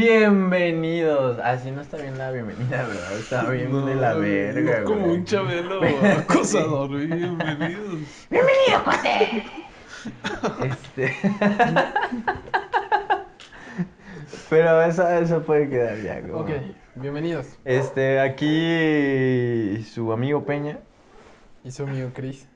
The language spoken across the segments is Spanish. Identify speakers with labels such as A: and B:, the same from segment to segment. A: Bienvenidos. Así no está bien la bienvenida, ¿verdad? Está bien de la verga,
B: es como
A: güey.
B: un chabelo acosador, güey, bienvenidos.
A: ¡Bienvenido, cuate! este. Pero eso, eso puede quedar ya, güey.
B: Ok, bienvenidos.
A: Este, aquí su amigo Peña
B: Y su amigo Chris.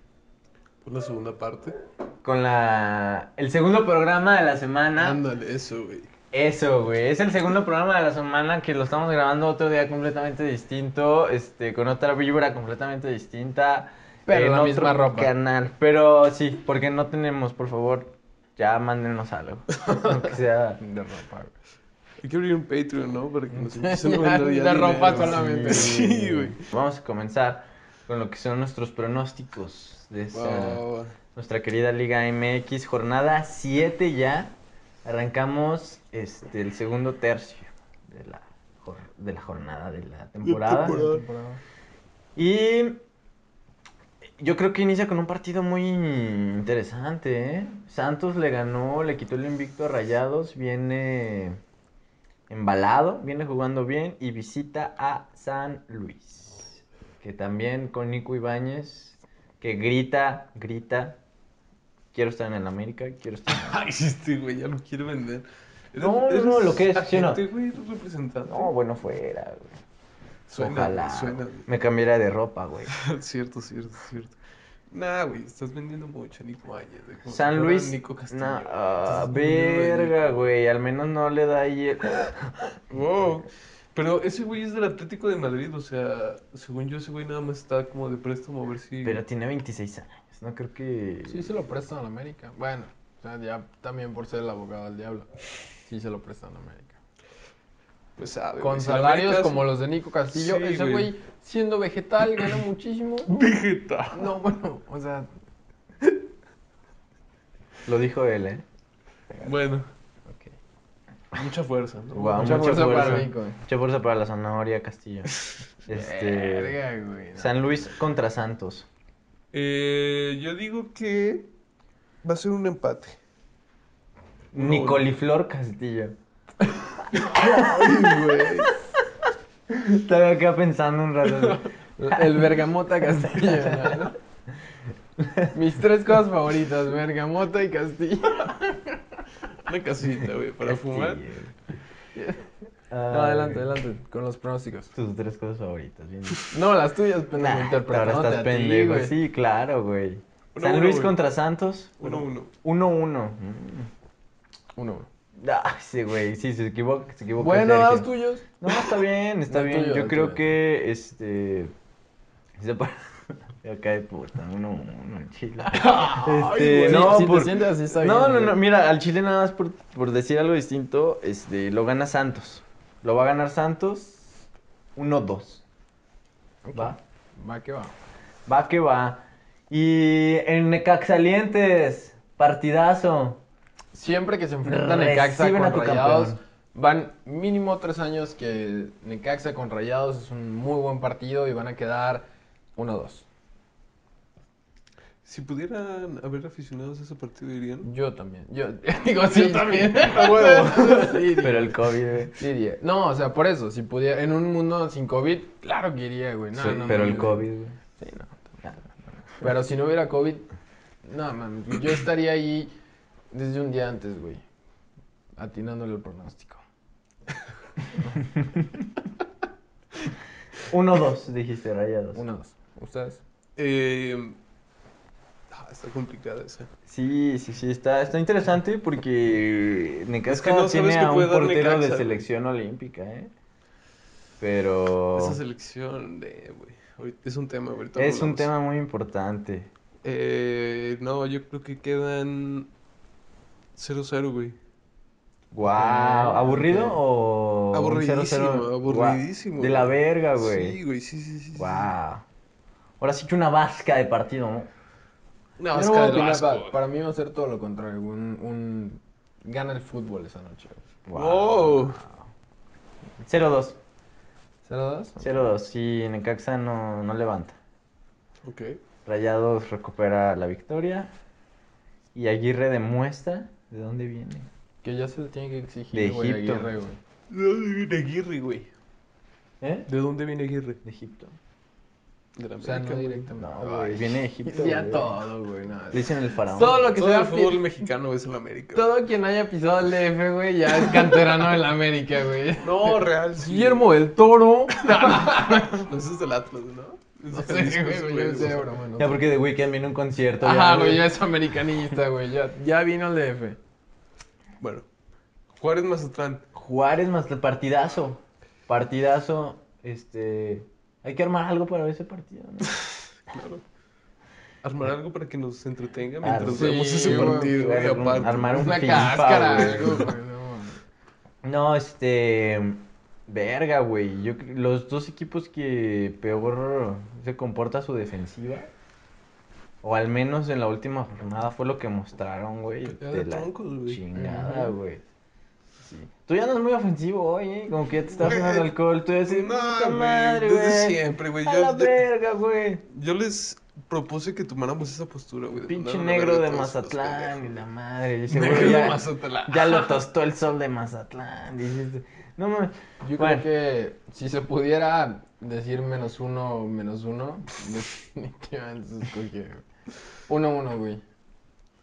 B: Por la segunda parte.
A: con la el segundo programa de la semana.
B: Ándale, eso, güey.
A: Eso, güey. Es el segundo programa de la semana que lo estamos grabando otro día completamente distinto, este, con otra vibra completamente distinta.
B: Pero
A: en
B: la
A: otro
B: misma ropa.
A: canal. Pero sí, porque no tenemos, por favor, ya mándenos algo. Aunque sea de ropa, güey.
B: Hay que abrir un Patreon, ¿no? Para que nos empiecen a mandar ya
C: De
B: dinero.
C: ropa solamente.
B: Sí, güey.
A: Vamos a comenzar con lo que son nuestros pronósticos de esta,
B: Wow.
A: nuestra querida Liga MX, jornada 7 ya. Arrancamos este el segundo tercio de la, jor- de la jornada de la temporada.
B: temporada.
A: Y yo creo que inicia con un partido muy interesante, ¿eh? Santos le ganó, le quitó el invicto a Rayados, viene embalado, viene jugando bien y visita a San Luis. Que también con Nico Ibáñez, que grita, grita. Quiero estar en el América, quiero estar en el
B: Ay, este güey ya lo quiere vender.
A: No, no, no, lo que es, sí, no.
B: Este güey eres representante.
A: No, bueno, fuera, güey.
B: Suena,
A: Ojalá
B: güey, suena.
A: güey, me cambiara de ropa, güey.
B: güey. cierto, cierto, cierto. Nah, güey, estás vendiendo mucho a Nico Ayes. güey, como si
A: San
B: fuera
A: Luis.
B: Pues, Nico Castillo.
A: no, ah,
B: Estás vendiendo de
A: verga,
B: Nico.
A: güey. Al menos no le da ahí el-
B: Wow. Pero ese güey es del Atlético de Madrid, o sea, según yo ese güey nada más está como de préstamo a ver si...
A: Pero tiene 26 años. No creo que.
C: Sí, se lo prestan a la América. Bueno, o sea, ya también por ser el abogado del diablo. Sí, se lo prestan a la América.
B: Pues sabe,
C: Con
B: güey, si la
C: salarios
B: América
C: como los de Nico Castillo,
B: Sí,
C: ese
B: güey.
C: güey, siendo vegetal, gana muchísimo.
B: Vegetal.
C: No, bueno, o sea,
A: Lo dijo él, ¿eh?
B: Bueno,
C: ok.
B: Ah, mucha fuerza, ¿no?
A: Guau,
C: mucha fuerza para
A: fuerza.
C: Nico, eh.
A: Mucha fuerza para la zanahoria Castillo. Este.
C: Verga, güey. no.
A: San Luis contra Santos.
B: Eh, yo digo que va a ser un empate. No,
A: Nicoliflor Castillo.
B: Ay, güey.
A: Estaba acá pensando un rato.
C: El bergamota Castillo. ¿no? Mis tres cosas favoritas, bergamota y Castillo.
B: Una casita, güey, para fumar.
C: No, adelante, adelante, con los pronósticos.
A: Tus tres cosas favoritas. Bien.
C: No, las tuyas,
A: Nah,
C: pendejo,
A: ahora
C: interpretándote
A: estás
C: a ti,
A: pendejo.
C: güey.
A: Sí, claro, güey.
B: Uno,
A: San
B: uno,
A: Luis
B: güey.
A: contra Santos.
B: 1-1. Uno, uno.
A: 1-1.
C: Uno.
A: Ah, Mm. sí, güey. Sí, se equivoca. Se equivoca
C: Bueno,
A: Sergio.
C: dados tuyos.
A: No, está bien, está
C: No,
A: bien.
C: tuyo,
A: Yo
C: no,
A: creo
C: tuyo.
A: que este. Se para. Acá de puta, uno, uno, en Chile. Este,
C: Sí,
A: no,
C: si
A: por-
C: te sientes así está bien.
A: no, no,
C: güey.
A: no, mira, al Chile nada más por, por decir algo distinto, este, lo gana Santos. Lo va a ganar Santos 1-2. Va.
C: Va que va.
A: Va que va. Y en Necaxalientes, partidazo.
C: Siempre que se enfrentan
A: Reciben
C: Necaxa con
A: a tu
C: Rayados,
A: campeón.
C: van mínimo tres años que Necaxa con Rayados es un muy buen partido y van a quedar 1-2.
B: Si pudieran haber aficionados a ese partido, irían.
C: Yo también. Yo digo sí.
B: también,
C: A
B: huevo.
C: sí,
A: Pero
C: digo.
A: el COVID, güey.
C: Sí, diría. No, o sea, por eso, si pudiera, en un mundo sin COVID, claro que iría, güey. No,
A: Sí,
C: no,
A: pero
C: no,
A: el
C: no.
A: COVID, güey.
C: Sí, no. Pero si no hubiera COVID, no, mames, yo estaría ahí desde un día antes, güey. Atinándole el pronóstico.
A: 1-2, dijiste, rayados.
C: Uno, dos. ¿Ustedes?
B: Eh, ah, está complicada esa.
A: Sí, sí, sí, está, está interesante porque Necaxa
B: Es que no sabes
A: tiene
B: qué
A: a un
B: puede dar
A: portero de
B: Necaxa.
A: selección olímpica, ¿eh? Pero
B: Esa selección de, güey. ahorita- Es un tema, ahorita
A: Oh. es un
B: hablamos.
A: tema muy importante.
B: Eh, no, yo creo que quedan 0-0, güey.
A: Wow,
C: Ah,
A: ¿aburrido
C: ok.
A: o un
B: Eh, Aburridísimo,
A: 0-0? Guau,
B: aburridísimo,
A: de la
B: güey.
A: verga, güey.
B: Sí, güey, sí, sí, sí. sí.
A: Wow. Ahora sí que una vasca de partido, ¿no?
B: Una
C: Yo
B: vasca
C: no voy a
B: del
C: opinar,
B: Vasco,
C: pa-
B: güey.
C: para mí va a ser todo lo contrario. Un, un- Gana el fútbol esa noche.
A: Guau.
B: Wow.
A: 0-2,
C: ¿Cero dos?
A: 0-2. Sí, Necaxa no, no levanta.
B: Ok.
A: Rayados recupera la victoria. Y Aguirre demuestra de dónde viene.
C: Que ya se le tiene que exigir,
A: De
C: güey, a
A: Egipto.
C: Aguirre, güey.
B: ¿De dónde viene Aguirre, güey?
A: ¿Eh?
B: ¿De dónde viene Aguirre?
A: De Egipto.
B: De la
C: O sea, no
B: América, güey.
C: directamente.
A: No, güey, viene de Egipto.
C: Ya
A: güey.
C: todo, güey. No.
A: Le dicen el faraón.
C: Todo lo que
B: Todo
C: sea
B: el fútbol mexicano es el América. güey.
C: Todo quien haya pisado el DF, güey, ya es canterano del América, güey.
B: No, real. sí.
C: Guillermo del Toro.
B: No, eso es del Atlas, ¿no?
C: No sé, güey, yo sé, bro, bueno.
A: Ya, porque The Weeknd viene a un concierto.
C: Ajá, güey, ya es americanista, güey. Ya, ya vino el DF.
B: Bueno, Juárez Mazatlán.
A: Juárez más el partidazo. Partidazo. Este. Hay que armar algo para ese partido, ¿no?
B: Claro. Armar algo para que nos entretenga mientras
A: Ah,
C: sí,
B: vemos ese
C: güey,
B: partido. Eh. güey,
A: armar un-
B: aparte.
A: armar un
C: Una
A: FIFA,
C: cáscara,
A: güey.
C: algo, güey. no, güey.
A: No, este. Verga, güey. Yo, cre- los dos equipos que peor se comporta su defensiva, o al menos en la última jornada, fue lo que mostraron, güey.
B: Pelea de troncos, güey.
A: Chingada,
C: Ujú.
A: güey. Sí. Tú ya no es muy ofensivo hoy, ¿eh? Como que ya te estás dando
B: Güey,
A: alcohol. Tú ya dices,
B: No,
A: puta
B: güey,
A: madre,
B: desde
A: güey.
B: siempre, güey.
A: A
B: Yo-
A: la
B: yo-
A: verga, güey.
B: Yo les propuse que tomáramos esa postura, güey. de
A: Pinche
B: mandar a la
A: negro
B: verga
A: de
B: a todos los
A: Mazatlán, y
B: pendejos.
A: la madre. Dice,
B: Negro
A: güey,
B: de
A: ya,
B: Mazatlán.
A: ya lo tostó el sol de Mazatlán. Dices, no mames.
C: Yo
A: Bueno.
C: creo que si se pudiera decir menos uno o menos uno, definitivamente se escoge güey. uno uno, güey.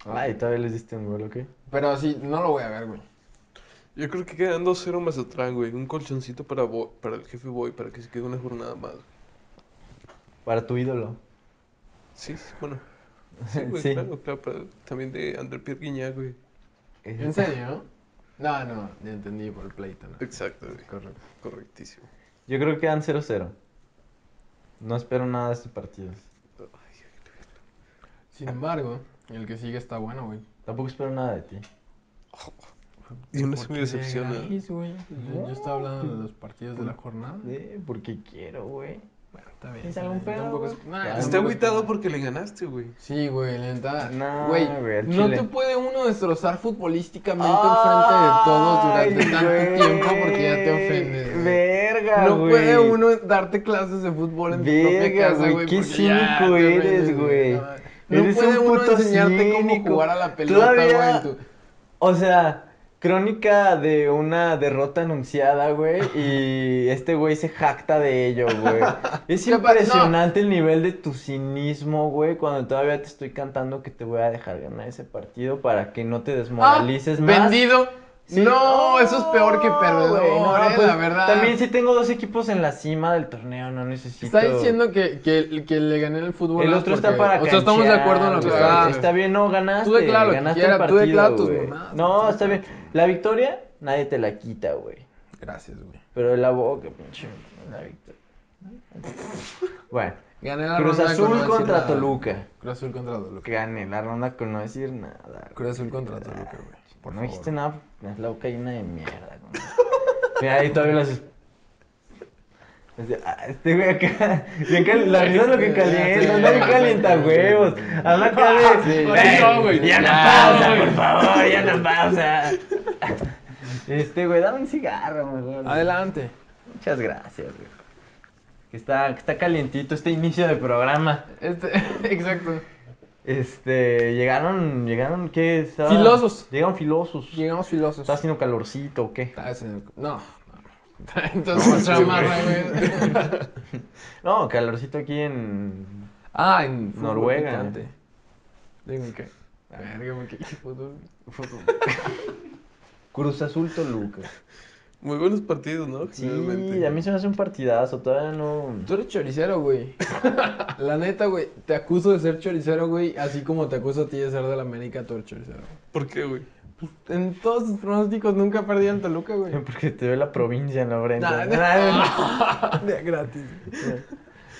A: Ay, Ah, todavía les diste un gol, ¿ok?
C: Pero sí, no lo voy a ver, güey.
B: Yo creo que quedan 2-0 Mazatlán, güey. Un colchoncito para, Bo- para el jefe Boy, para que se quede una jornada más.
A: Para tu ídolo.
B: Sí, sí, bueno. Sí, güey,
A: Sí.
B: claro, claro. para- también de André Pierre Guignac, güey.
C: ¿En serio? No, no, ya entendí por el pleito, ¿no?
B: Exacto, güey.
C: Correcto.
B: Correctísimo.
A: Yo creo que dan 0-0. No espero nada de este partido.
C: Sin embargo, el que sigue está bueno, güey.
A: Tampoco espero nada de ti.
B: Y uno se
C: Porque
B: me decepciona.
C: de gratis, güey. Yo, yo estaba hablando de los partidos de la jornada.
A: Eh, Porque quiero, güey.
C: Bueno, está bien.
A: ¿Es algún
C: está bien,
A: pedo,
C: tampoco es-
A: güey?
C: Nah,
A: Está
C: tampoco
B: Ah, Está
C: es-
B: agüitado porque le ganaste, güey.
C: Sí, güey, la neta.
A: No,
C: güey,
A: güey, al
C: no
A: chile.
C: te puede uno destrozar futbolísticamente
A: Ay,
C: enfrente de todos durante tanto
A: güey.
C: tiempo porque ya te ofendes. güey.
A: Verga,
C: no
A: güey.
C: puede uno darte clases de fútbol en tu propia
A: Verga,
C: casa,
A: güey,
C: güey.
A: qué
C: porque ya
A: cínico
C: te
A: eres,
C: ofendes,
A: güey.
C: No, no
A: Eres
C: puede
A: un
C: uno
A: puto
C: enseñarte
A: cínico.
C: cómo jugar a la pelota, güey.
A: Todavía-
C: en tu-
A: O sea, crónica de una derrota anunciada, güey. Y este güey se jacta de ello, güey. Es
C: ¿Qué pasa? No.
A: impresionante el nivel de tu cinismo, güey. Cuando todavía te estoy cantando que te voy a dejar ganar ese partido para que no te desmoralices
C: Ah,
A: más.
C: Vendido.
A: Sí.
C: No, eso es peor que perdedor,
A: güey, no,
C: eh,
A: pues,
C: la verdad.
A: También sí tengo dos equipos en la cima del torneo, no necesito.
C: Está diciendo que, que, que le gané el fútbol.
A: El
C: ¿no?
A: otro está
C: Porque-
A: para
C: O sea, estamos de
A: canchear,
C: acuerdo en lo que
A: güey.
C: está.
A: Está bien, no ganaste.
C: Tú declara lo que
A: ganaste
C: quieras,
A: el
C: tú declara
A: partido,
C: tus
A: güey.
C: mamadas,
A: No,
C: tú
A: está bien. La victoria, nadie te la quita, güey.
C: Gracias, güey.
A: Pero la boca, pinche. La victoria. Bueno,
C: Gané la
A: Cruz
C: ronda con no
A: Azul
C: decir
A: contra
C: nada.
A: Toluca.
C: Cruz Azul contra Toluca.
A: Gané la ronda con no decir nada. güey.
C: Cruz Azul contra Toluca, güey. Por
A: no
C: favor.
A: dijiste nada, es la boca llena de mierda. güey. Mira, ahí todavía los. Este, ah, este güey acá. bien cal- La risa es lo que calienta. Anda bien calienta huevos. Anda acá de.
C: Sí.
A: "Ey,
B: No, güey.
A: ya no
B: Ya,
A: pausa,
B: güey.
A: por favor, ya no pausa. Este güey, dame un cigarro, mejor.
C: Adelante.
A: Muchas gracias, güey. Que está, que está calientito este inicio de programa.
C: Este, exacto.
A: Este, llegaron, llegaron, ¿qué? Estaba-
C: Filosos.
A: Llegaron filosos.
C: Llegamos filosos.
A: ¿Está haciendo calorcito o qué?
C: Estás en el- Ah, No. no. Entonces,
B: No, sí,
C: chamarra, güey.
A: No, calorcito aquí en...
C: Ah, en fútbol
A: Noruega.
C: picante. Digo, ¿en qué? Verga, ¿por qué Ah. fútbol?
A: Cruz Azul Toluca.
B: Muy buenos partidos, ¿no?
A: Sí,
B: Generalmente.
A: a mí se me hace un partidazo, todavía no...
C: Tú eres choricero, güey. La neta, güey. Te acuso de ser choricero, güey. Así como te acuso a ti de ser de la América, tú eres choricero. Pues,
B: ¿Por qué, güey?
C: En todos sus pronósticos nunca perdí al Toluca, güey.
A: Porque te ve la provincia en la frente.
C: Nah, De gratis.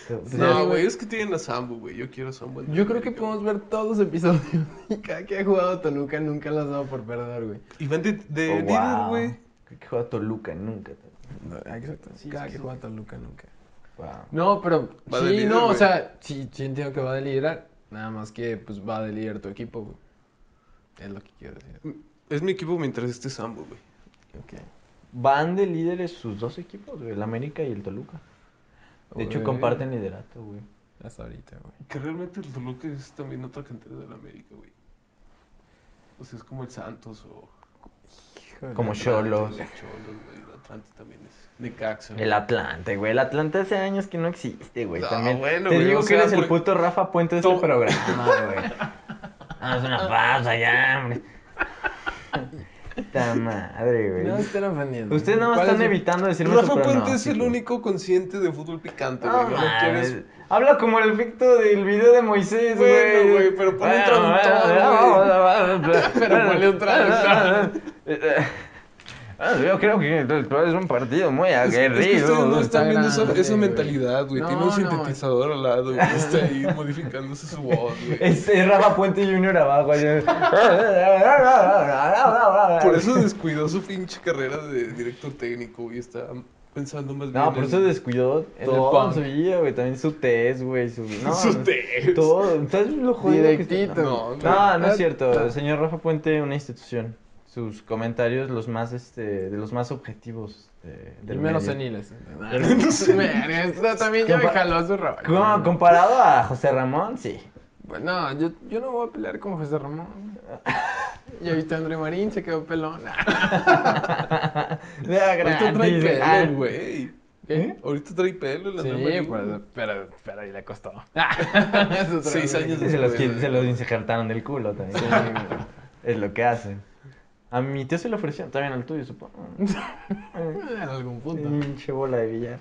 A: No,
B: No,
C: güey.
B: güey, es que tienen a Sambo, güey. Yo quiero a Sambo. en
C: Yo creo que
B: América, güey.
C: podemos ver todos los episodios. Y cada que ha jugado Toluca nunca lo has dado por perdedor, güey.
B: Y van de, de
A: oh,
B: líder,
A: wow.
B: güey.
A: Creo que juega Toluca, nunca. ah,
C: Exacto. cada que juega Toluca nunca.
A: Wow.
C: No, pero
B: Va
C: sí,
B: de líder,
C: no, o
B: güey.
C: sea, sí, sí entiendo que va de liderar. Nada más que, pues, va de líder tu equipo, güey. Es lo que quiero decir.
B: Es mi equipo mientras esté Sambo, güey.
C: Ok.
A: Van de líderes sus dos equipos, güey, el América y el Toluca. De hecho,
C: Güey,
A: comparten liderato, güey.
C: Hasta ahorita, güey.
B: Que realmente el Toluca es también otra cantera del América, güey. O sea, es como el Santos o...
A: Como Cholos.
B: Atlas, Cholos, güey. El Atlante también es. Necaxa.
A: El Atlante, güey. El Atlante hace años que no existe, güey.
B: No,
A: También.
B: bueno,
A: Te
B: güey,
A: digo
B: o
A: que
B: sea,
A: eres el
B: porque-
A: puto Rafa Puente de este
B: Tom-
A: programa, güey. Haz una pausa ya, hombre. Puta madre,
C: No
A: güey.
C: estén ofendiendo.
A: Ustedes nada más
C: ¿Cuál es
A: están
C: su-
A: evitando decirme su
B: Rafa Puente es
A: pronóstico.
B: el único consciente de fútbol picante,
A: No,
B: güey. No, lo
A: mames.
B: quieres.
A: Habla como el efecto del video de Moisés, güey.
B: Bueno, güey, pero ponle un traductor, Pero ponle un traductor.
A: Ah, Yo creo que es un partido muy
B: Es, es que ustedes no están viendo esa,
C: grande,
B: esa
C: güey.
B: mentalidad, güey.
C: No,
B: Tiene un
C: no,
B: sintetizador al lado, güey. Está ahí modificándose su voz, güey.
A: Es, es Rafa Puente Junior abajo. así.
B: Por eso descuidó su pinche carrera de director técnico, güey. Está pensando más bien.
A: No, por
B: en-
A: eso descuidó todo
B: punk.
A: su vida, güey. También su test, güey. Su, no,
B: Sus test.
A: Todo. Entonces lo jodido que está-
C: Directito.
B: No,
A: No, no
C: Ah,
A: es cierto.
C: ah.
A: El señor Rafa Puente, una institución. Sus comentarios los más, este, de los más objetivos eh,
C: Y
A: del
C: menos
A: medio.
C: seniles.
B: menos
C: Verga, esta también ya me
A: Compa-
C: jaló su ropa.
A: Como comparado a José Ramón, sí.
C: No, yo, yo no voy a pelear con José Ramón. Ya viste a André Marín, se quedó pelón. Pues
A: Era
B: Ahorita trae
A: gratis, ah,
B: pelo, güey.
C: ¿Qué?
B: Ahorita trae pelo el André
C: Sí,
B: Marín.
A: pues,
C: pero, pero, pero ahí le costó.
B: Seis años
A: Se los, qui- se los insertaron del culo también. Es lo que hacen. A mi tío se le ofreció, también al tuyo, supongo. Eh,
C: En algún punto.
A: Pinche bola de billar.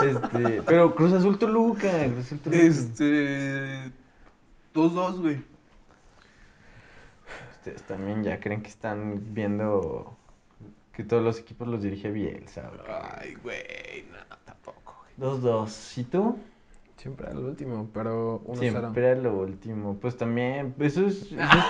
A: Este, pero Cruz Azul Toluca, Cruz Azul Toluca.
B: Este. 2-2, güey.
A: Ustedes también ya creen que están viendo que todos los equipos los dirige Bielsa. güey.
B: Ay, güey. No, tampoco, güey.
A: 2-2. ¿Y tú?
C: Siempre al último, pero 1-0.
A: Siempre a lo último. Pues también, eso es... eso está-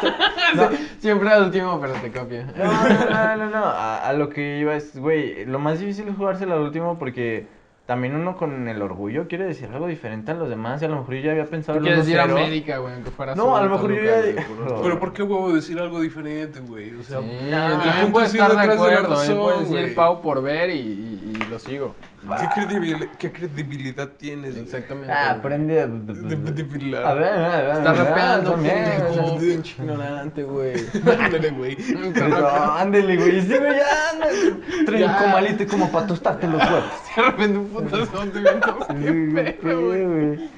A: No,
C: Siempre al último, pero te copia.
A: No, no, no, no, no. A, a lo que iba es, güey, lo más difícil es jugárselo al último porque también uno con el orgullo quiere decir algo diferente a los demás. Y a lo mejor yo ya había pensado
C: Tú
A: en
C: quieres ir a
A: 1-0.
C: América, güey, aunque fuera
A: No,
C: solo
A: a lo
C: en
A: mejor yo
C: Toluca,
A: ya-
C: güey,
A: No.
B: Pero ¿por qué huevo decir algo diferente, güey? O sea,
C: Sí,
A: no,
C: también
B: no,
C: puedes
B: sí,
C: estar de
B: detrás de la
C: acuerdo, también
B: razón,
C: puedes decir
B: güey.
C: pago por ver y, y- y lo sigo.
B: ¿qué, credibil- qué credibilidad tienes? güey?
C: Exactamente.
A: Ah,
C: güey.
A: aprende a...
B: De- de- de pilar.
A: A ver, a ver,
C: Está
A: a ver,
C: rapeando,
A: también,
C: pendejo,
A: güey.
C: pinche ignorante, güey.
B: Ándale, güey.
A: Pero ándele, güey. Sí, güey, ya. no, Trae un
C: Ya.
A: comalito y como para tostarte los huevos.
C: De repente un putazo de viento.
A: Qué
C: Qué feo, güey.
A: güey.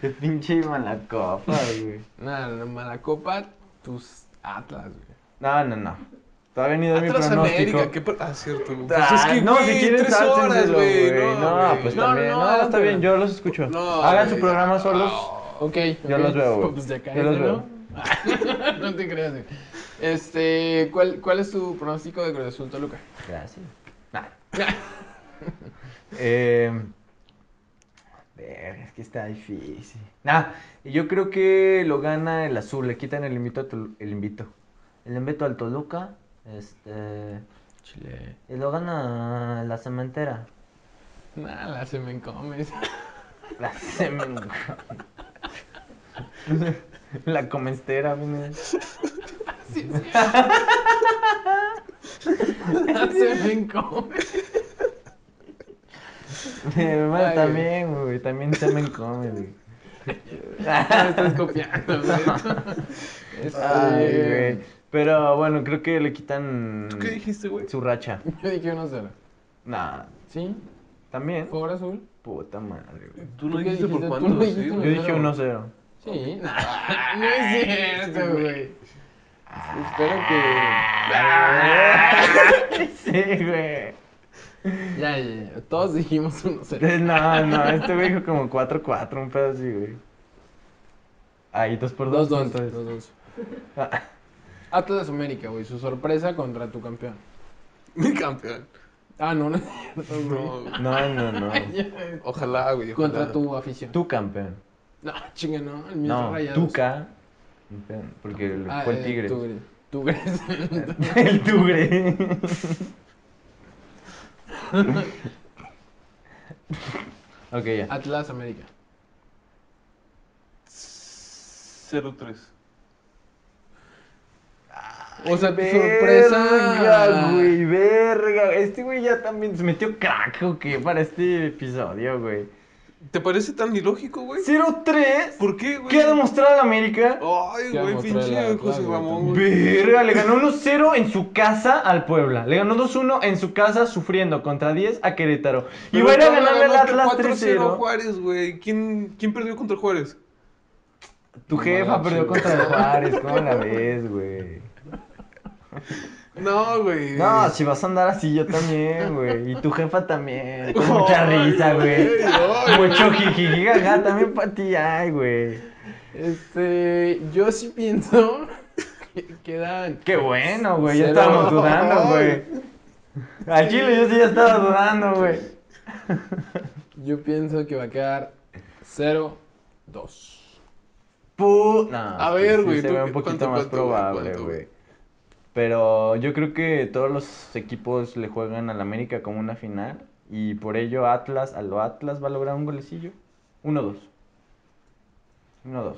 A: Qué pinche mala copa, güey.
C: Nada, la mala copa, tus Atlas, güey.
A: No, no, no. Todavía ni doy mi
B: Atlas
A: pronóstico.
B: América, ¿qué per- Ah, cierto. güey. Pues
A: Ah,
B: es que,
A: no,
B: güey,
A: si quieren
B: tres horas,
A: sársenselo,
B: güey.
A: No,
B: güey.
A: pues
C: No,
A: también.
C: no,
A: No, está
C: pero-
A: bien, yo los escucho.
B: No,
A: Hagan su
B: güey.
A: programa solos.
C: Ah, Ok.
A: Yo
C: ok.
A: los veo, güey.
C: Pues ya cállate,
A: Yo los veo.
C: ¿no? no te creas, güey. Este, ¿cuál, ¿cuál es tu pronóstico de Cruz Azul Toluca?
A: Gracias. Nah. eh, verga, es que está difícil. Nah, yo creo que lo gana el azul. Le quitan el invito, a Tol- el invito. El invito al Toluca. Este.
C: Chile.
A: Y lo gana la cementera.
C: Nah, la se me comes.
A: La cementera. La comestera, mira.
C: La se me comes.
A: Eh, Bueno,
C: Ay, güey.
A: también, güey, también semen come, güey.
C: No me estás copiando, güey. Este,
A: Ay, güey. Pero bueno, creo que le quitan
B: ¿Tú qué dijiste, güey?
A: su racha.
C: Yo dije 1-0.
A: Nah,
C: ¿Sí?
A: también.
C: ¿Favor azul?
A: Puta madre, güey.
B: Tú
C: ¿Tú
B: no
C: qué
B: dijiste
C: dijiste?
B: por
C: ¿Tú
B: cuánto,
C: no
B: sí,
C: dijiste?
A: Yo
B: güey.
A: dije 1-0.
C: Sí. Nah, no es cierto, güey. Espero que.
A: Sí, güey.
C: Ya, ya, ya. Todos dijimos 1-0.
A: No, no, este güey dijo como 4-4, un pedo así, güey. Ahí, 2 por 2.
C: 2-2. 2-2.
A: Ah.
C: Atlas América, güey. Su sorpresa contra tu campeón.
B: Mi campeón.
C: Ah, no, no es cierto, güey.
B: No,
A: No, no, no.
B: ojalá, güey.
C: Contra
B: ojalá.
C: tu afición.
A: Tu campeón.
C: No, chinga, no. El mío es
A: No,
C: rayados.
A: Tuca. Campeón, Porque el-
C: Ah,
A: fue el
C: eh,
A: tigre.
C: Tigre. Tigres.
A: El tigre. ok, ya.
C: Atlas América.
B: 0-3.
C: O sea, tu sorpresa.
A: Verga,
C: ah,
A: güey, verga. Este güey ya también se metió crack, ¿o qué? Para este episodio, güey.
B: ¿Te parece tan ilógico, güey?
A: 0-3.
B: ¿Por qué, güey?
A: ¿Qué ha demostrado la América?
B: Ay,
C: Ya
B: güey,
C: mostró la-
B: pinche José
C: claro,
B: Ramón, güey.
A: Verga, le ganó 1-0 en su casa al Puebla. Le ganó 2-1 en su casa sufriendo contra 10 a Querétaro. Y
B: Pero
A: va a ir a
B: acaba de
A: ganarle al
B: ganarte
A: Atlas
B: 4-0
A: 3-0.
B: Juárez, güey. ¿Quién, ¿Quién perdió contra Juárez?
A: Tu jefa perdió contra el Juárez. ¿Cómo la ves, güey?
B: No, güey.
A: No, si vas a andar así, yo también, güey. Y tu jefa también. Con mucha
B: Ay,
A: risa, güey.
B: ay,
A: Mucho jiji, jaja, también para ti, ay, güey.
C: Este, yo sí pienso que quedan.
A: Qué bueno, güey. Ya
C: Cero.
A: estábamos dudando, güey. Al chile yo sí ya estaba dudando, güey.
C: Yo pienso que va a quedar 0-2.
A: Pu- No,
B: A
A: sí,
B: ver,
A: sí
B: güey,
A: Se
B: tú
A: ve
B: qué-
A: un poquito
B: ¿cuánto,
A: más
B: cuánto, güey?
A: probable,
B: ¿Cuánto,
A: güey.
B: güey?
A: Pero yo creo que todos los equipos le juegan al América como una final. Y por ello Atlas, a lo Atlas va a lograr un golecillo. 1-2. 1-2.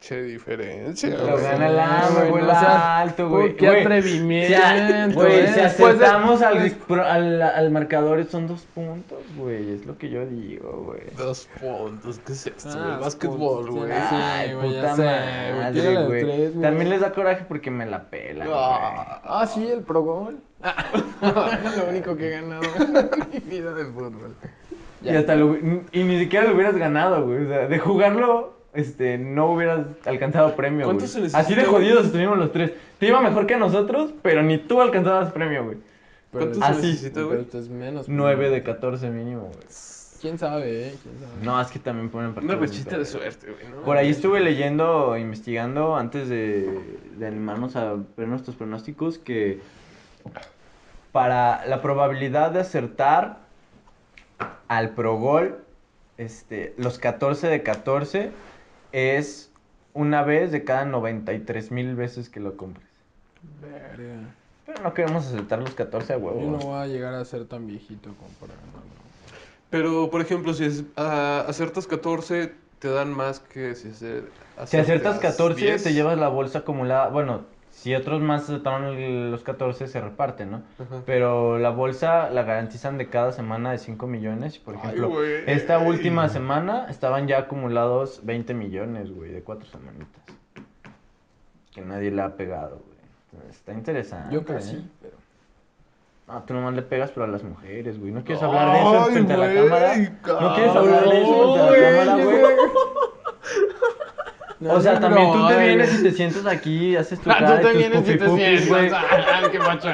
B: Che, diferencia,
A: Lo
B: güey.
A: gana el AME,
C: güey,
A: güey,
C: no
A: la
C: seas-
A: alto, güey.
C: Uy, Qué
A: Güey,
C: atrevimiento.
A: Ya, güey,
C: eh.
A: si
C: Después de-
A: acertamos al,
C: pues
A: pro- al, al marcador son dos puntos, güey. Es lo que yo digo, güey.
B: Dos puntos, ¿qué es esto,
C: Ah,
B: güey?
C: dos
B: Básquetbol,
C: puntos,
B: güey.
A: Ah,
C: sí.
A: Ay,
C: güey, ya
A: puta
C: sé,
A: madre,
C: güey, tírale de
A: güey.
C: tres, güey.
A: También les da coraje porque me la pela, güey.
B: Ah,
C: Ah, sí, el Pro Gol. lo único que he ganado en mi vida de fútbol.
A: Y hasta lo- y ni siquiera lo hubieras ganado, güey. O sea, de jugarlo, este, no hubieras alcanzado premio,
B: ¿Cuánto
A: güey.
B: se necesita,
A: Así de
B: güey?
A: jodidos estuvimos los tres. Te iba mejor que a nosotros, pero ni tú alcanzabas premio, güey.
B: ¿Cuántos
A: Ah, sí.
B: necesita,
C: Pero
B: güey?
C: esto es menos.
A: 9 de 14 mínimo, güey.
C: ¿Quién sabe, eh? ¿Quién sabe?
A: No, es que también ponen
B: Una
A: partidos muy
B: rechita de
A: feos.
B: suerte, güey. ¿no?
A: Por ahí estuve leyendo, investigando, antes de, de animarnos a ver nuestros pronósticos, que para la probabilidad de acertar al pro gol, este, los 14 de 14 es una vez de cada 93 mil veces que lo compres.
C: Verga.
A: Pero no queremos acertar los 14 a huevo.
C: Yo no voy a llegar a ser tan viejito como para ganarlo.
B: Pero, por ejemplo, si es- ah, acertas 14, te dan más que si acer-
A: Si acertas 14,
B: 10.
A: te llevas la bolsa acumulada. Bueno, si otros más acertaron el- los 14, se reparten, ¿no?
B: Ajá.
A: Pero la bolsa la garantizan de cada semana de 5 millones. Por
B: Ay,
A: ejemplo,
B: güey.
A: esta última semana estaban ya acumulados 20 millones, güey, de 4 semanitas. Que nadie la ha pegado, güey. Entonces, Está interesante.
C: Yo
A: ¿eh?
C: casi, pero.
A: Ah, tú nomás le pegas, pero a las mujeres, güey. ¿No quieres hablar de eso
B: Ay,
A: frente a la
B: güey,
A: cámara? ¿No quieres hablar de eso
C: cabrón,
A: frente a la cámara, güey?
C: No,
A: O sea,
C: no,
A: también tú te
C: ay,
A: vienes y
C: güey.
A: te sientas aquí, haces tu
C: Ah,
A: cara
C: Tú
A: y
C: te
A: tus
C: vienes y te
A: pupipupis, güey.
C: sientas. ah, ¡Qué macho!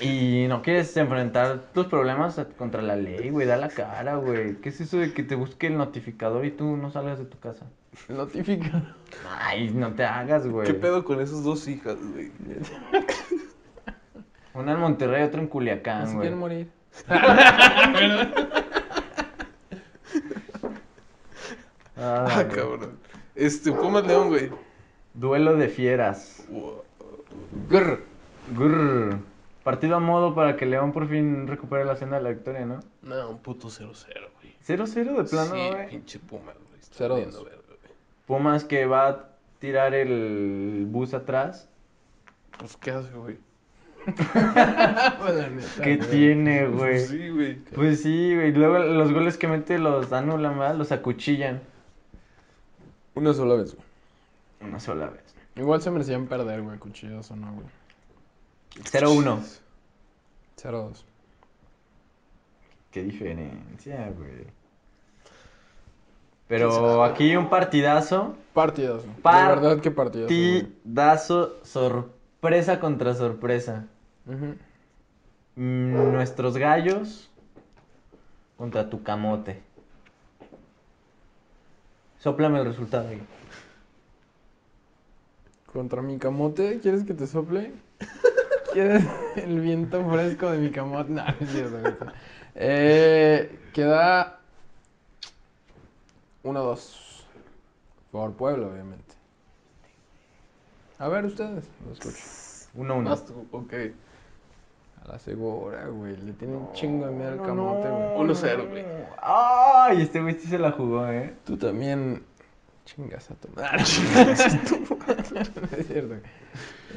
A: Y no quieres enfrentar tus problemas a- contra la ley, güey. Da la cara, güey. ¿Qué es eso de que te busque el notificador y tú no salgas de tu casa?
C: Notifica.
A: Ay, no te hagas, güey.
B: ¿Qué pedo con esas dos hijas, güey?
A: Una en Monterrey, otra en Culiacán,
C: Si
A: güey.
C: quieren morir.
A: Ah,
B: Ah,
A: güey.
B: cabrón. Este, Pumas León, güey.
A: Duelo de fieras.
B: Wow.
C: Grr.
A: Grrr. Partido a modo para que León por fin recupere la senda de la victoria, ¿no?
B: No, un puto 0-0, güey.
A: 0-0 de plano,
B: sí,
A: güey.
B: pinche Pumas, güey. Está
C: 0-2.
B: valiendo verga, güey.
A: Pumas que va a tirar el bus atrás.
B: Pues, ¿qué hace, güey?
C: La neta,
A: ¿Qué
C: güey.
A: tiene, güey?
B: Sí, güey.
A: Pues sí, güey. Luego los goles que mete los anulan, ¿verdad? Los acuchillan.
C: Una sola vez, güey.
A: Una sola vez.
C: Igual se merecían perder, güey, cuchillos o no, güey.
A: 0-1.
C: 0-2.
A: Qué diferencia, güey. Pero aquí un partidazo.
C: Partidazo.
A: Par-
C: De verdad, qué partidazo. güey.
A: Partidazo, sorpresa contra sorpresa.
C: Ujú.
A: Mm, Nuestros gallos contra tu camote. Sóplame el resultado, güey.
C: Contra mi camote, ¿quieres que te sople? ¿Quieres el viento fresco de mi camote? No, no es cierto, no es cierto. Eh, queda 1-2. Por pueblo, obviamente. A ver, ustedes, lo escucho.
A: 1-1.
B: Más tú, ok.
C: A la segura, güey. Le tiene un chingo de miedo al camote, güey.
B: 1-0, güey.
A: Ay, este güey sí se la jugó, eh.
C: Tú también chingas a tu madre. No es cierto. güey.